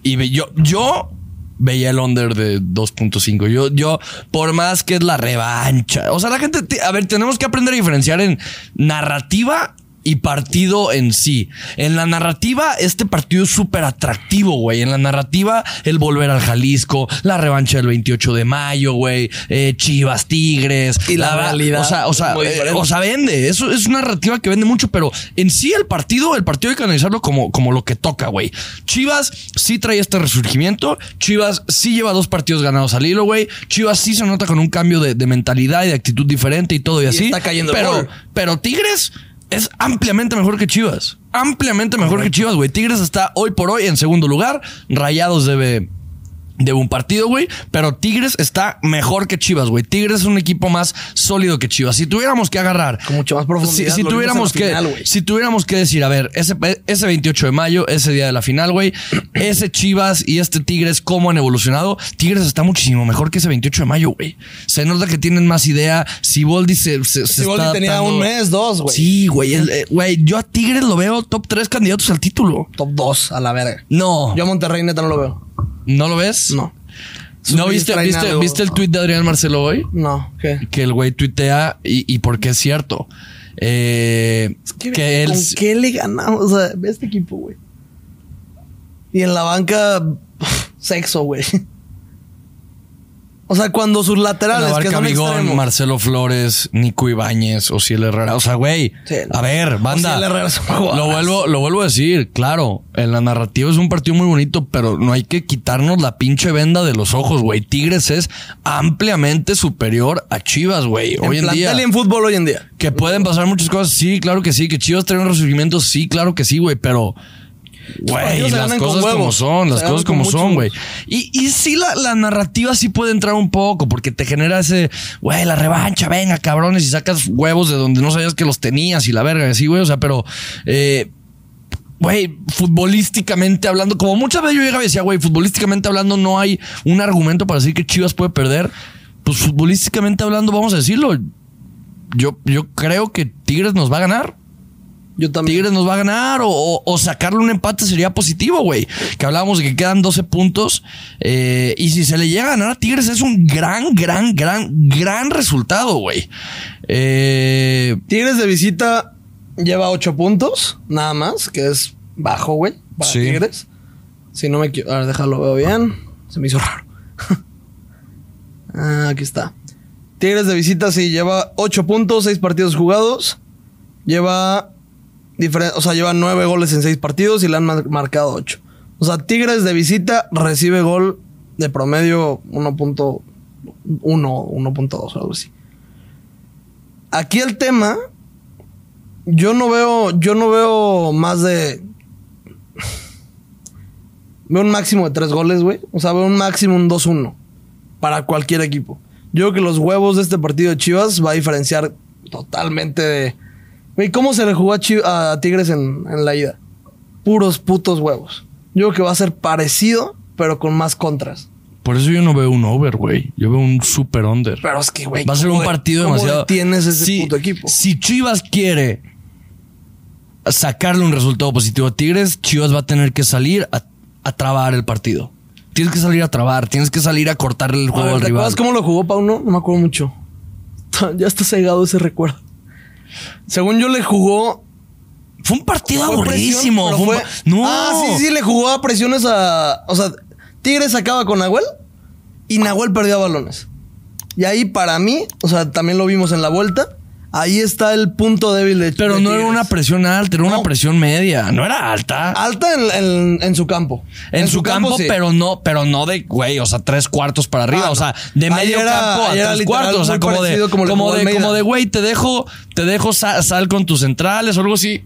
A: Y ve- yo, yo veía el under de 2.5. Yo, yo, por más que es la revancha. O sea, la gente. te- A ver, tenemos que aprender a diferenciar en narrativa. Y partido en sí. En la narrativa, este partido es súper atractivo, güey. En la narrativa, el volver al Jalisco, la revancha del 28 de mayo, güey. eh, Chivas, Tigres.
B: Y la
A: verdad,
B: realidad
A: O sea, o sea,
B: muy
A: eh,
B: diferente.
A: o sea, vende. Eso es una narrativa que vende mucho, pero en sí el partido, el partido hay que analizarlo como, como lo que toca, güey. Chivas sí trae este resurgimiento. Chivas sí lleva dos partidos ganados al hilo, güey. Chivas sí se nota con un cambio de, de mentalidad y de actitud diferente y todo y, así.
B: está cayendo el
A: pero,
B: gol.
A: pero Tigres es ampliamente mejor que Chivas. Ampliamente mejor que Chivas, güey. Tigres está hoy por hoy en segundo lugar. Rayados debe de un partido, güey. Pero Tigres está mejor que Chivas, güey. Tigres es un equipo más sólido que Chivas. Si tuviéramos que agarrar.
B: Con mucho más
A: Si,
B: profundidad,
A: si
B: lo vimos
A: tuviéramos
B: en la
A: que.
B: final, güey.
A: si tuviéramos que decir, a ver, ese, ese 28 de mayo, ese día de la final, güey, ese Chivas y este Tigres, cómo han evolucionado. Tigres está muchísimo mejor que ese 28 de mayo, güey. Se nota que tienen más idea. Siboldi se. se, se
B: Siboldi
A: está
B: tenía
A: adaptando.
B: un mes, dos, güey.
A: Sí, güey. el- eh, Güey, yo a Tigres lo veo top 3 candidatos al título.
B: Top 2 a la verga.
A: No.
B: Yo a Monterrey neta no lo veo.
A: ¿No lo ves? ¿No
B: No. Subí
A: viste,
B: extrañado.
A: viste, viste el tweet de Adrián Marcelo hoy?
B: No, ¿qué?
A: Que el güey tuitea y, y porque es cierto. Eh, que él.
B: ¿Con qué le ganamos? O sea, ve este equipo, güey. Y en la banca, sexo, güey. O sea, cuando sus laterales, que
A: Navarca
B: son
A: Vigón,
B: extremos.
A: Marcelo Flores, Nico Ibáñez, Ociel Herrera. O sea, güey.
B: Sí, no.
A: A ver, banda.
B: Ociel Herrera es un jugadorazo.
A: lo vuelvo, lo vuelvo a decir, claro. En la narrativa es un partido muy bonito, pero no hay que quitarnos la pinche venda de los ojos, güey. Tigres es ampliamente superior a Chivas, güey.
B: en
A: Hoy en
B: plantel
A: día.
B: y en fútbol hoy en día.
A: Que pueden pasar muchas cosas, sí, claro que sí. Que Chivas trae un resurgimiento, sí, claro que sí, güey. Pero, güey,
B: partidos se
A: las
B: ganan con
A: cosas como
B: huevos.
A: son, las
B: Se ganan
A: cosas
B: con
A: como
B: mucho
A: son,
B: huevo.
A: güey. Y, y sí, la, la narrativa sí puede entrar un poco, porque te genera ese, güey, la revancha, venga, cabrones, y sacas huevos de donde no sabías que los tenías y la verga, así, güey. O sea, pero, eh, Güey, futbolísticamente hablando, como muchas veces yo llegaba y decía, güey, futbolísticamente hablando no hay un argumento para decir que Chivas puede perder. Pues futbolísticamente hablando, vamos a decirlo. Yo, yo creo que Tigres nos va a ganar.
B: Yo también.
A: Tigres nos va a ganar o, o- o sacarle un empate sería positivo, güey. Que hablábamos de que quedan 12 puntos. eh, y si se le llega a ganar a Tigres es un gran, gran, gran, gran resultado, güey. Eh,
B: Tigres de visita lleva ocho puntos, nada más, que es bajo, güey, para
A: Sí.
B: Tigres. Si no me equivoco, a ver, déjalo, veo bien. Se me hizo raro. Ah, aquí está. Tigres de visita, sí, lleva ocho puntos, seis partidos jugados. Lleva, diferen- o sea, lleva nueve goles en seis partidos y le han mar- marcado ocho. O sea, Tigres de visita recibe gol de promedio 1.1, 1.2 o algo así. Aquí el tema, yo no veo, yo no veo más de, veo un máximo de tres goles, güey. O sea, veo un máximo un 2-1 para cualquier equipo. Yo creo que los huevos de este partido de Chivas va a diferenciar totalmente de, güey, ¿cómo se le jugó a, Chi- a Tigres en, en la ida? Puros putos huevos. Yo creo que va a ser parecido, pero con más contras.
A: por eso yo no veo un over, güey. Yo veo un super under.
B: Pero es que, güey,
A: Va a ser
B: ¿cómo
A: un
B: de-
A: partido
B: cómo
A: demasiado.
B: detienes ese puto equipo?
A: Si Chivas quiere sacarle un resultado positivo a Tigres, Chivas va a tener que salir a, a trabar el partido. Tienes que salir a trabar, tienes que salir a cortarle el
B: A
A: juego
B: ver,
A: al
B: ¿Te
A: rival.
B: acuerdas cómo lo jugó Pauno? No me acuerdo mucho. ya está cegado ese recuerdo. Según yo le jugó.
A: Fue un partido
B: fue
A: aburridísimo.
B: presión,
A: fue un
B: pero
A: pa-
B: fue-
A: No.
B: Ah, sí, sí, le jugó a presiones a. O sea, Tigres acaba con Nahuel y Nahuel perdía balones. Y ahí para mí, o sea, también lo vimos en la vuelta. Ahí está el punto débil de
A: Pero
B: de
A: no era
B: Tigres.
A: una presión alta, era una
B: No.
A: presión media. No era alta.
B: Alta en, en- en su campo.
A: En, su, campo,
B: sí.
A: pero no, pero no de, güey, o sea, tres cuartos para arriba,
B: Ah,
A: o
B: no.
A: sea, de
B: Ahí
A: medio
B: era-
A: campo a
B: ahí era
A: tres
B: literal
A: cuartos, o sea,
B: muy
A: como de,
B: parecido como
A: como,
B: le jugó
A: de,
B: Almeida.
A: como de, güey, te dejo, te dejo sa- sal, con tus centrales o algo así.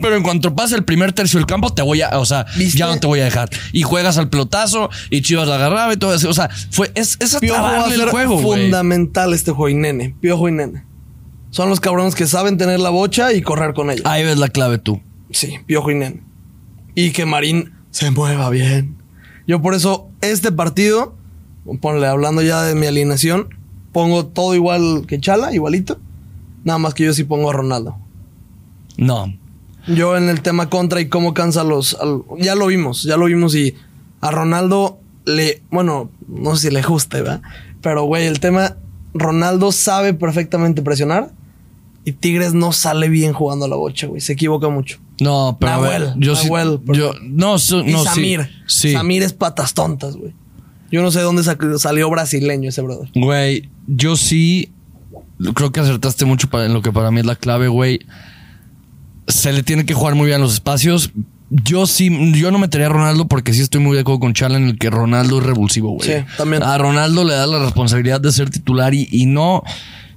A: Pero en cuanto pasa el primer tercio del campo, te voy a, o sea,
B: ¿Viste?
A: ya no te voy a dejar. Y juegas al pelotazo y Chivas la agarraba y todo eso. O sea, fue, es, es
B: Piojo va a
A: atrabarle el
B: ser
A: juego, güey.
B: fundamental este juego y nene. Piojo y nene. Son los cabrones que saben tener la bocha y correr con ella.
A: Ahí ves la clave tú.
B: Sí, Piojo y nene. Y que Marín se mueva bien. Yo por eso este partido, ponle hablando ya de mi alineación, pongo todo igual que Chala, igualito. Nada más que yo sí pongo a Ronaldo.
A: No.
B: Yo en el tema contra y cómo cansa a los... al- ya lo vimos, ya lo vimos y a Ronaldo le... Bueno, no sé si le guste, ¿verdad? Pero, güey, el tema... Ronaldo sabe perfectamente presionar y Tigres no sale bien jugando a la bocha, güey. Se equivoca mucho.
A: No, pero a ver,
B: Nahuel,
A: yo sí-
B: Nahuel, por-
A: yo, no, so-
B: Y
A: no, sí,
B: Samir.
A: sí.
B: Samir es patas tontas, güey. Yo no sé dónde sac- salió brasileño ese brother.
A: Güey, yo sí creo que acertaste mucho para- en lo que para mí es la clave, güey. Se le tiene que jugar muy bien los espacios. Yo sí, yo no metería a Ronaldo porque sí estoy muy de acuerdo con Chala en el que Ronaldo es revulsivo, güey.
B: Sí, también.
A: A Ronaldo le da la responsabilidad de ser titular y, y no,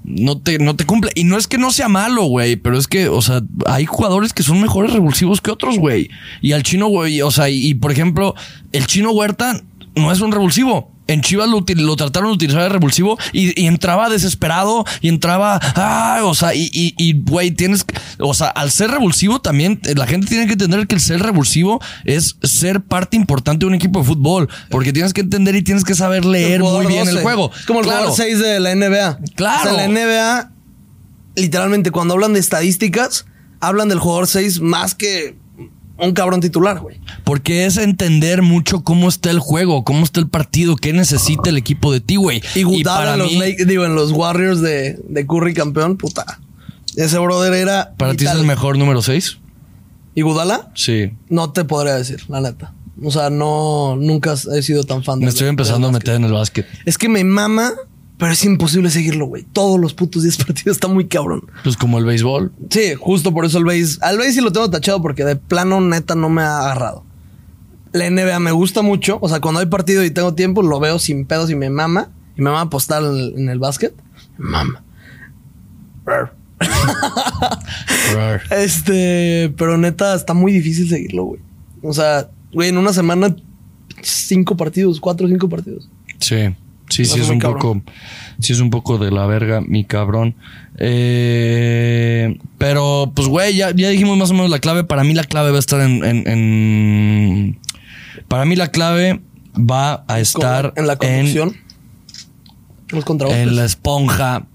A: no, te, no te cumple. Y no es que no sea malo, güey, pero es que, o sea, hay jugadores que son mejores revulsivos que otros, güey. Y al chino, güey, o sea, y, y, por ejemplo, el chino Huerta no es un revulsivo. En Chivas lo, util- lo trataron de utilizar de revulsivo y, y entraba desesperado y entraba, ah, o sea, y, y, y, güey, tienes, que- o sea, al ser revulsivo también, eh, la gente tiene que entender que el ser revulsivo es ser parte importante de un equipo de fútbol, porque tienes que entender y tienes que saber leer muy
B: jugador
A: bien
B: 12.
A: el juego.
B: Es como el
A: Claro.
B: jugador 6 de la NBA.
A: Claro.
B: O sea, la NBA, literalmente, cuando hablan de estadísticas, hablan del jugador 6 más que un cabrón titular, güey.
A: Porque es entender mucho cómo está el juego, cómo está el partido, qué necesita el equipo de ti, güey.
B: Y Gudala
A: para
B: en los,
A: mí,
B: Lake- digo, en los Warriors de, de Curry campeón, puta. Ese brother era.
A: para ti es
B: vital.
A: el mejor número 6.
B: ¿Y Gudala?
A: Sí.
B: No te podría decir, la neta. O sea, no, nunca he sido tan fan
A: Me
B: del-
A: estoy empezando a
B: del
A: meter en el básquet.
B: básquet. Es que me mama, pero es imposible seguirlo, güey. Todos los putos 10 partidos está muy cabrón.
A: Pues como el béisbol.
B: Sí, justo por eso el base. Al base sí lo tengo tachado porque de plano neta no me ha agarrado. La NBA me gusta mucho. O sea, cuando hay partido y tengo tiempo, lo veo sin pedos y me mama. Y me mama apostar en el, en el básquet. Me mama. Este, pero neta, está muy difícil seguirlo, güey. O sea, güey, en una semana, cinco partidos, cuatro o cinco partidos.
A: Sí. Sí, sí
B: Vas
A: es
B: muy
A: un
B: cabrón.
A: poco. Sí es un poco de la verga, mi cabrón. Eh, pero, pues, güey, ya, ya dijimos más o menos la clave. Para mí la clave va a estar en. en- en- para mí la clave va a estar
B: en la
A: en,
B: conducción. los contrabajos.
A: en la esponja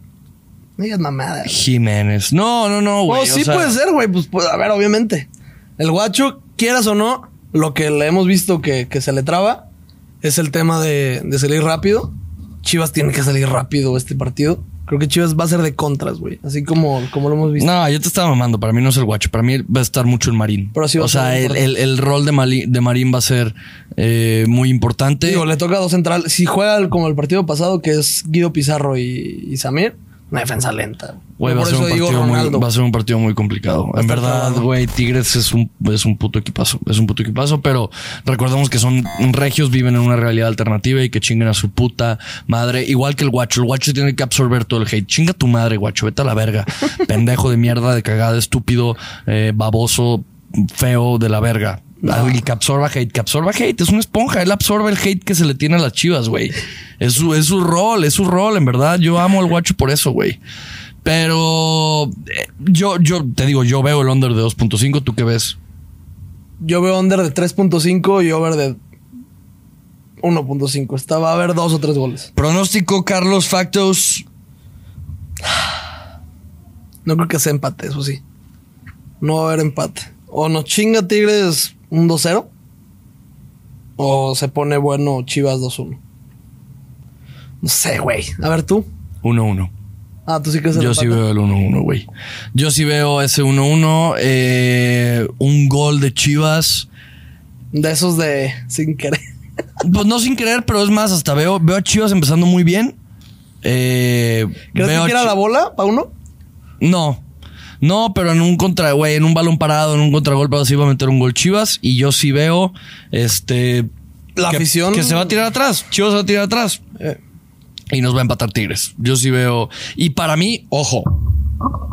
B: No digas mamadas.
A: Jiménez. No, no, no, güey.
B: No, Oh, sí
A: o sea,
B: puede ser, güey. Pues, pues, a ver, obviamente. El guacho, quieras o no, lo que le hemos visto que, que se le traba es el tema de, de salir rápido. Chivas tiene que salir rápido este partido. Creo que Chivas va a ser de contras, güey. Así como, como lo hemos visto.
A: No, yo te estaba mamando. Para mí no es el guacho. Para mí va a estar mucho el marín.
B: Pero sí va
A: o
B: a ser
A: sea, el,
B: importante.
A: el- el rol de, Mali- de marín va a ser eh, muy importante.
B: Digo, le toca dos centrales. Si juega el- como el partido pasado, que es Guido Pizarro y, y Samir, una defensa lenta.
A: Güey,
B: Yo
A: va a,
B: por
A: ser un
B: eso digo
A: partido muy,
B: Ronaldo.
A: va a ser un partido muy complicado.
B: a
A: En
B: estar
A: verdad,
B: cabrón.
A: güey, Tigres es un, es un puto equipazo. Es un puto equipazo, pero recordemos que son regios, viven en una realidad alternativa y que chinguen a su puta madre. Igual que el guacho. El guacho tiene que absorber todo el hate. Chinga tu madre, guacho. Vete a la verga. Pendejo de mierda, de cagada, estúpido, eh, baboso, feo de la verga. Ah, Y que absorba hate, que absorba hate, es una esponja, él absorbe el hate que se le tiene a las chivas, güey. Es su, es su rol, es su rol, en verdad. Yo amo al guacho por eso, güey. Pero eh, yo, yo te digo, yo veo el under de 2.5. ¿Tú qué ves?
B: Yo veo under de 3.5 y over de 1.5. Esta va a haber dos o tres goles.
A: Pronóstico, Carlos Factos.
B: No creo que sea empate, eso sí. No va a haber empate. O nos chinga Tigres un 2-0. O se pone bueno Chivas 2-1. No sé, güey. A ver tú.
A: 1-1.
B: Ah, tú sí crees en
A: Yo
B: empate?
A: sí veo el 1-1, güey. Yo sí veo ese 1-1. eh, un gol de Chivas.
B: De esos de sin querer.
A: Pues no sin querer, pero es más, hasta veo, veo a Chivas empezando muy bien. Eh,
B: ¿Crees
A: veo a
B: que quiera
A: Chi-
B: la bola pa' uno?
A: No. No, pero en un contra, güey, en un balón parado, en un contragolpe, así va a meter un gol Chivas. Y yo sí veo, este.
B: La
A: que-
B: afición-
A: Que se va a tirar atrás. Chivas se va a tirar atrás.
B: Eh,
A: Y nos va a empatar Tigres. Yo sí veo. Y para mí, ojo,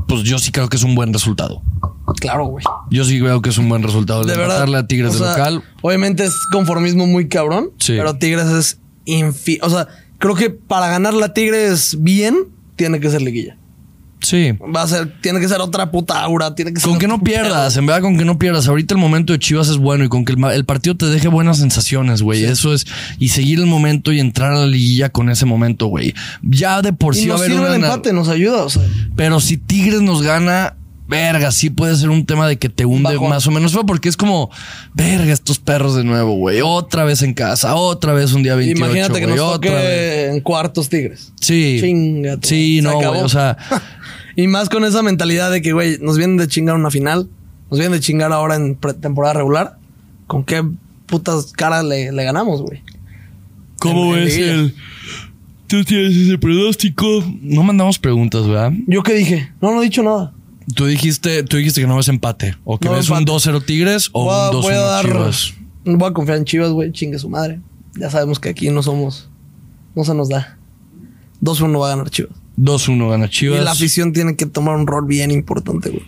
A: pues yo sí creo que es un buen resultado.
B: claro, güey.
A: Yo sí creo que es un buen resultado. el
B: De verdad.
A: empatarle a Tigres de
B: O sea,
A: local.
B: Obviamente es conformismo muy cabrón.
A: Sí.
B: Pero Tigres es infi. O sea, creo que para ganar la Tigres bien, tiene que ser liguilla.
A: Sí.
B: Va a ser, tiene que ser otra puta aura, tiene que ser.
A: Con que
B: otro
A: no
B: pedo.
A: pierdas, en verdad, con que no pierdas. Ahorita el momento de Chivas es bueno y con que el, ma- el partido te deje buenas sensaciones, güey. Eso es. Y seguir el momento y entrar a la liguilla con ese momento, güey. Ya de por
B: Y
A: sí va a
B: nos
A: haber
B: sirve
A: una.
B: el empate, nos ayuda, o sea.
A: Pero si Tigres nos gana, verga, sí puede ser un tema de que te hunde
B: Bajón.
A: más o menos fue porque es como, verga, estos perros de nuevo, güey. Otra vez en casa, otra vez un día 28,
B: imagínate que
A: güey,
B: nos
A: otra vez.
B: toque en cuartos tigres.
A: Sí.
B: Chinga tu
A: Sí,
B: madre,
A: no,
B: se
A: güey,
B: acabó.
A: o sea,
B: y más con esa mentalidad de que, güey, nos vienen de chingar una final, nos vienen de chingar ahora en pre- temporada regular. ¿Con qué putas caras le, le ganamos, güey?
A: ¿cómo
B: En- en
A: ves
B: liguilla.
A: el Tú tienes ese pronóstico. No mandamos preguntas, ¿verdad?
B: ¿Yo qué dije? No, no he dicho nada.
A: Tú dijiste, tú dijiste que no ves empate. O que
B: No
A: ves
B: empate.
A: un 2-0 Tigres o
B: voy, a-
A: un
B: voy a
A: 2-1
B: dar.
A: Chivas.
B: Voy a confiar en Chivas, güey. Chingue su madre. Ya sabemos que aquí no somos. No se nos da. 2-1 va a ganar Chivas.
A: 2-1 gana Chivas.
B: Y la afición tiene que tomar un rol bien importante, güey.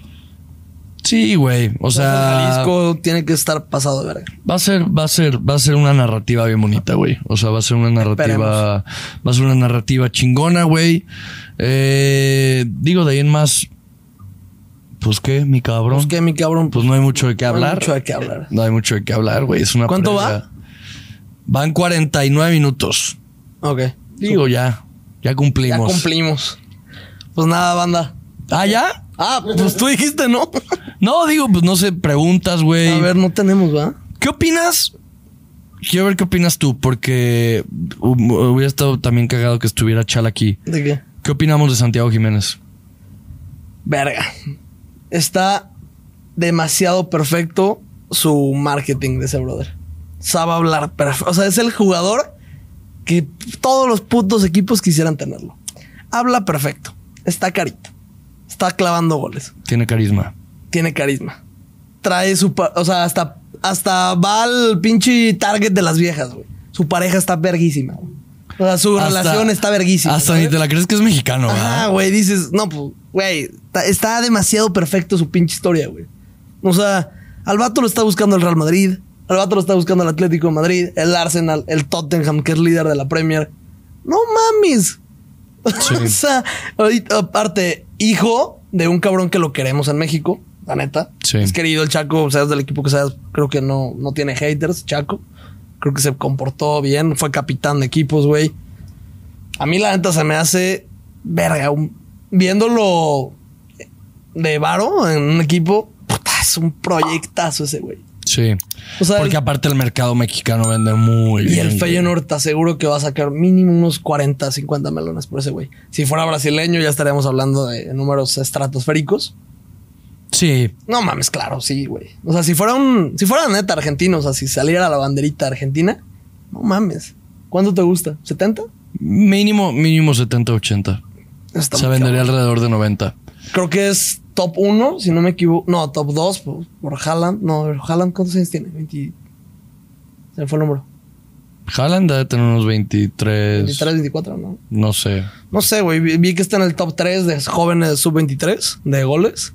A: Sí, güey. O sea,
B: Jalisco tiene que estar pasado de verga.
A: va a ser, va a ser, va a ser una narrativa bien bonita, güey. O sea, va a ser una narrativa, va a ser una narrativa chingona, güey. Eh, digo, de ahí en más, pues qué, mi cabrón.
B: Pues que mi cabrón.
A: Pues no hay mucho de qué
B: No hay
A: hablar. Eh,
B: mucho de qué hablar.
A: No hay mucho de qué hablar, güey. Es una
B: ¿Cuánto
A: previa. Van 49 minutos.
B: Ok.
A: Digo, ya. Ya
B: Ya
A: cumplimos.
B: cumplimos. Pues nada, banda.
A: ¿Ah, ya?
B: Ah, pues tú dijiste, ¿no?
A: No, digo, pues no sé, preguntas, güey.
B: A ver, no tenemos, ¿va?
A: ¿Qué opinas? Quiero ver qué opinas tú, porque hum- hubiera estado también cagado que estuviera Chal aquí.
B: ¿De qué?
A: ¿Qué opinamos de Santiago Jiménez?
B: Verga. Está demasiado perfecto su marketing de ese brother. Sabe hablar perfecto. O sea, es el jugador que todos los putos equipos quisieran tenerlo. Habla perfecto. Está carito. Está clavando goles.
A: Tiene carisma.
B: Tiene carisma. Trae su... pa- O sea, hasta, hasta va al pinche target de las viejas, güey. Su pareja está verguísima. güey. O sea, su
A: Hasta-
B: relación está verguísima.
A: Hasta
B: ¿sabes?
A: ni te la crees que es mexicano,
B: Ajá,
A: ¿verdad?
B: güey, dices, no, pues, güey, está, está demasiado perfecto su pinche historia, güey. O sea, al vato lo está buscando el Real Madrid, al vato lo está buscando el Atlético de Madrid, el Arsenal, el Tottenham, que es líder de la Premier. No mames. o sea, ahorita, aparte, hijo de un cabrón que lo queremos en México, la neta.
A: Sí.
B: Es querido el Chaco, seas del equipo que seas, creo que no, no tiene haters, Chaco. Creo que se comportó bien, fue capitán de equipos, güey. A mí la neta se me hace verga. un- viéndolo de varo en un equipo, puta, es un proyectazo ese güey.
A: Sí.
B: O sea,
A: porque
B: el-
A: aparte el mercado mexicano vende muy bien.
B: y el
A: güey.
B: Feyenoord te aseguro que va a sacar mínimo unos 40, 50 melones por ese güey. Si fuera brasileño ya estaríamos hablando de números estratosféricos.
A: Sí.
B: No mames, claro, sí, güey. O sea, si fuera un, si fuera neta argentino, o sea, si saliera la banderita argentina, no mames. ¿Cuánto te gusta? ¿70?
A: Mínimo, mínimo 70, 80.
B: Está
A: Se
B: muy
A: vendería
B: cabrón.
A: alrededor de 90.
B: Creo que es top 1, si no me equivoco. No, top 2 por, por Haaland. No, Haaland, ¿cuántos años tiene? 20... Se me fue el número.
A: Haaland debe tener unos 23.
B: 23, 24, ¿no?
A: No sé.
B: No sé, güey. Vi, vi que está en el top 3 de jóvenes sub-23 de goles.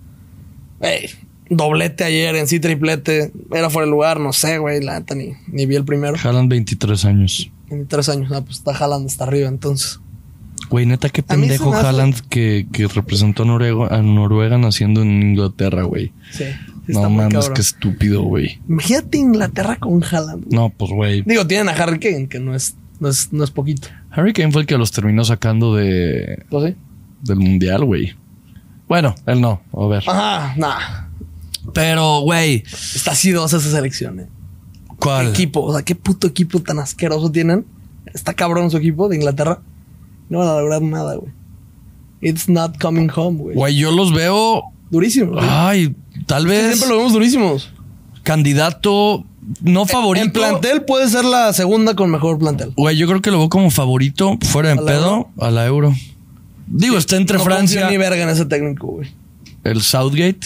B: Ey, doblete ayer, en sí triplete. Era fuera de lugar, no sé, güey. La neta ni, ni vi el primero.
A: Haaland 23 años.
B: 23 años. Ah, pues está Haaland hasta arriba, entonces.
A: Güey, neta, qué
B: A mí se
A: pendejo
B: me hace-
A: Haaland que, que representó a Noruega, a Noruega naciendo en Inglaterra, güey.
B: Sí. sí está
A: No
B: muy
A: mames,
B: cabrón.
A: qué estúpido, güey.
B: Imagínate Inglaterra con Haaland. güey.
A: No, pues, güey.
B: Digo, tienen a Harry Kane, que no es, no es, no es poquito.
A: Harry Kane fue el que los terminó sacando de,
B: ¿Lo sé?
A: del mundial, güey. Bueno, él no, a ver.
B: Ajá, nah.
A: Pero, güey,
B: Está asidosa esa selección, eh.
A: ¿cuál?
B: Equipo, o sea, qué puto equipo tan asqueroso tienen. Está cabrón su equipo de Inglaterra. No van a lograr nada, güey. It's not coming home, güey.
A: Güey, Ah, yo los veo.
B: Durísimo. güey.
A: Ay, tal
B: Sí,
A: vez
B: Siempre lo vemos durísimos.
A: candidato no favorito.
B: En plantel puede ser la segunda con mejor plantel.
A: Güey, yo creo que lo veo como favorito fuera en
B: ¿A la
A: pedo a la euro. Digo, está entre
B: No confío
A: Francia,
B: ni verga en ese técnico, güey.
A: el Southgate.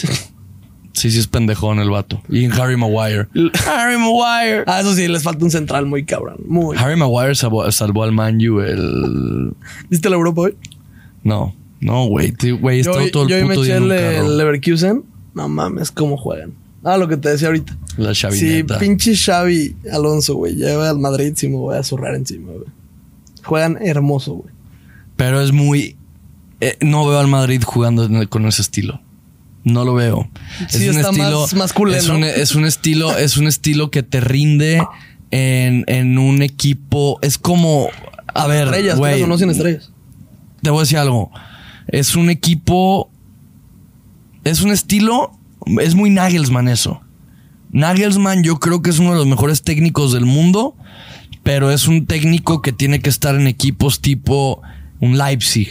A: Sí, sí es pendejón el vato. Y en Harry Maguire. Harry Maguire.
B: Ah, eso sí, les falta un central muy cabrón. Muy.
A: Harry Maguire salvó, salvó al Manju el...
B: ¿Viste la Europa hoy?
A: No, no, güey. te- Güey, he
B: Yo,
A: estado todo
B: yo
A: el
B: hoy me
A: puto día
B: eché
A: en
B: el,
A: un
B: el
A: carro.
B: Leverkusen. No mames, cómo juegan. Ah, lo que te decía ahorita.
A: La
B: Sí,
A: chavineta.
B: pinche Xavi Alonso, güey. Lleva al Madrid si me voy a zurrar encima, güey. Juegan hermoso, güey.
A: Pero es muy... eh, no veo al Madrid jugando en- con ese estilo. No lo veo.
B: Sí, está más- más culé,
A: es,
B: ¿no?
A: un, es un estilo, es un estilo que te rinde en, en un equipo. Es como, a ver,
B: Estrellas,
A: güey,
B: pero no sin estrellas.
A: te voy a decir algo. Es un equipo. Es un estilo. Es muy Nagelsmann eso. Nagelsmann, yo creo que es uno de los mejores técnicos del mundo. Pero es un técnico que tiene que estar en equipos tipo un Leipzig.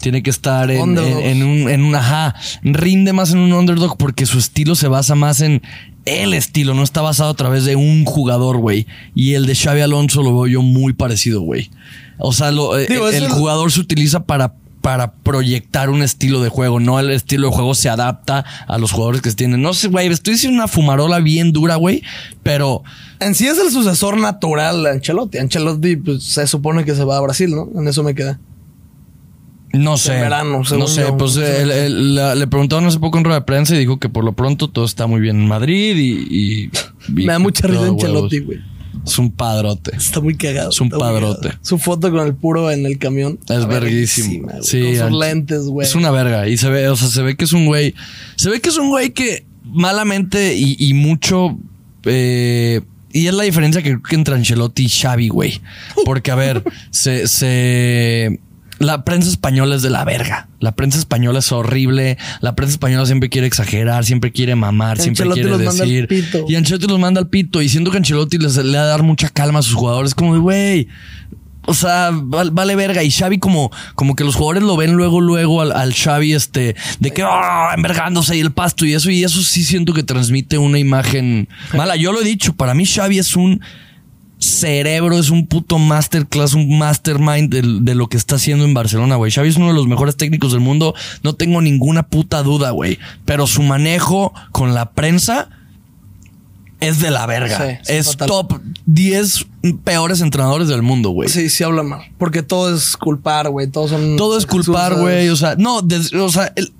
A: Tiene que estar en, en-
B: Underdogs.
A: en un, en un ajá. Rinde más en un underdog porque su estilo se basa más en el estilo. No está basado a través de un jugador, güey. Y el de Xavi Alonso lo veo yo muy parecido, güey. O sea, lo, eh,
B: Digo,
A: el,
B: eso
A: el
B: es-
A: jugador se utiliza para, para proyectar un estilo de juego, no el estilo de juego se adapta a los jugadores que se tienen. No sé, güey, estoy diciendo una fumarola bien dura, güey, pero
B: En sí es el sucesor natural de Ancelotti. Ancelotti, pues, se supone que se va a Brasil, ¿no? En eso me queda.
A: No sé.
B: En verano, según
A: no sé.
B: yo.
A: Pues el- el- la- le preguntaron hace poco en rueda de prensa y dijo que por lo pronto todo está muy bien en Madrid y. y- y-
B: Me da mucha
A: todo
B: risa en
A: huevos.
B: Chelotti, güey.
A: Es un padrote.
B: Está muy cagado.
A: Es un
B: está muy
A: padrote.
B: cagado. Su foto con el puro en el camión.
A: Es verguísimo.
B: verguísima, güey,
A: Sí,
B: Con sus
A: ancho.
B: lentes, güey.
A: Es una verga. Y se ve, o sea, se ve que es un güey. Se ve que es un güey que malamente y, y mucho. eh, y es la diferencia que creo que entre Ancelotti y Xavi, güey. Porque, a ver, se, se. La prensa española es de la verga. La prensa española es horrible. La prensa española siempre quiere exagerar, siempre quiere mamar, siempre
B: Ancelotti
A: quiere
B: los manda al
A: decir.
B: pito.
A: Y Ancelotti los manda al pito. Y siento que Ancelotti les, le va a dar mucha calma a sus jugadores. Como de, güey, o sea, val- vale verga. Y Xavi como, como que los jugadores lo ven luego, luego al, al Xavi este, de que "Ah", envergándose y el pasto y eso. Y eso sí siento que transmite una imagen mala. Yo lo he dicho, para mí Xavi es un cerebro, es un puto masterclass, un mastermind del- de, lo que está haciendo en Barcelona, güey. Xavi es uno de los mejores técnicos del mundo, no tengo ninguna puta duda, güey. Pero su manejo con la prensa es de la verga.
B: Sí,
A: es
B: es fatal.
A: top 10 peores entrenadores del mundo, güey.
B: Sí, sí habla mal. Porque todo es culpar, güey. Todos son.
A: Todo es culpar,
B: excusas.
A: güey. O sea, no, des- o sea, el,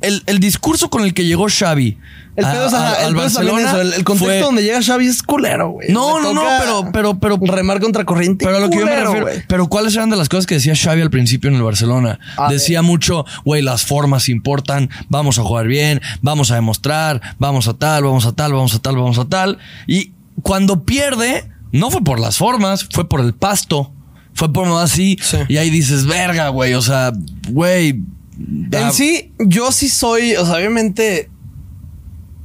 A: el- el discurso con el que llegó Xavi.
B: El
A: a-
B: pedo es
A: a-
B: ajá,
A: al
B: el pedo es también
A: Barcelona
B: eso, El, el contexto
A: fue-
B: donde llega Xavi es culero, güey.
A: No,
B: Le
A: no, no,
B: toca
A: pero, pero, pero,
B: Remar contra corriente.
A: pero a lo que yo me
B: culero,
A: refiero.
B: güey.
A: Pero cuáles eran de las cosas que decía Xavi al principio en el Barcelona.
B: A
A: decía mucho, güey, las formas importan, vamos a jugar bien, vamos a demostrar, vamos a tal, vamos a tal, vamos a tal, vamos a tal. Y cuando pierde, no fue por las formas, fue por el pasto. Fue por no así.
B: Sí.
A: Y ahí dices, verga, güey. O sea, güey. ah, da-
B: En sí, yo sí soy, o sea, obviamente,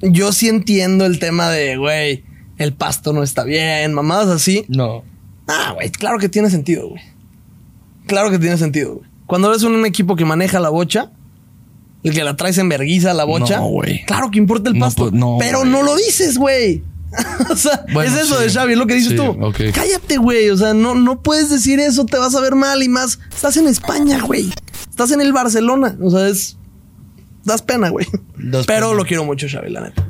B: yo sí entiendo el tema de, güey, el pasto no está bien, mamadas así.
A: No.
B: Ah, güey, claro que tiene sentido, güey. Claro que tiene sentido, güey. Cuando eres un, un equipo que maneja la bocha, el que la traes en verguiza la bocha,
A: No, güey.
B: claro que importa el
A: No,
B: pasto,
A: pues, no,
B: pero
A: güey.
B: no lo dices, güey. o sea,
A: Bueno,
B: es eso
A: sí.
B: de Xavi, es lo que dices
A: Sí,
B: tú.
A: ok.
B: Cállate, güey, o sea, no, no puedes decir eso, te vas a ver mal y más. Estás en España, güey. Estás en el Barcelona, o sea, es... Das pena, güey.
A: Das
B: Pero
A: pena.
B: lo quiero mucho, Xavi, la neta.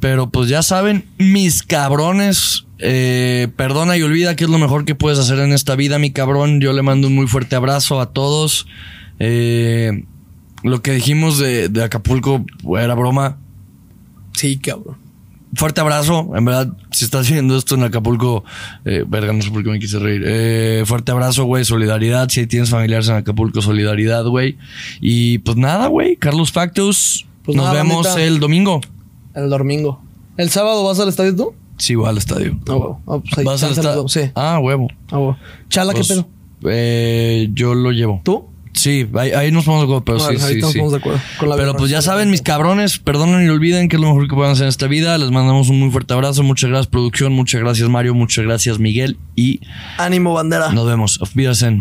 A: Pero pues ya saben, mis cabrones, eh, perdona y olvida que es lo mejor que puedes hacer en esta vida, mi cabrón. Yo le mando un muy fuerte abrazo a todos. Eh, lo que dijimos de, de Acapulco era broma.
B: Sí, cabrón.
A: Fuerte abrazo, en verdad, si estás viendo esto en Acapulco, eh, verga, no sé por qué me quise reír. Eh, fuerte abrazo, güey, solidaridad, si tienes familiares en Acapulco, solidaridad, güey. Y pues nada, güey, Carlos Factos,
B: Pues
A: nos
B: nada,
A: vemos
B: bandita.
A: el domingo.
B: El domingo. ¿El sábado vas al estadio tú?
A: Sí, va al estadio.
B: Ah, huevo. Ah, pues ahí,
A: ¿Vas al
B: chance nos
A: estadio?
B: vemos, Sí.
A: Ah, huevo.
B: Ah, huevo. Chala,
A: Pues,
B: ¿qué pedo?
A: eh, yo lo llevo.
B: ¿Tú?
A: Sí, ahí, ahí nos ponemos de acuerdo, pero
B: Vale,
A: pues sí,
B: ahorita
A: sí,
B: nos
A: sí.
B: ponemos de acuerdo con la
A: pero
B: birra.
A: pues ya saben, mis cabrones, perdonen y olviden que es lo mejor que pueden hacer en esta vida. Les mandamos un muy fuerte abrazo. Muchas gracias, producción. Muchas gracias, Mario. Muchas gracias, Miguel. Y
B: Ánimo, bandera.
A: nos vemos. Auf Wiedersehen.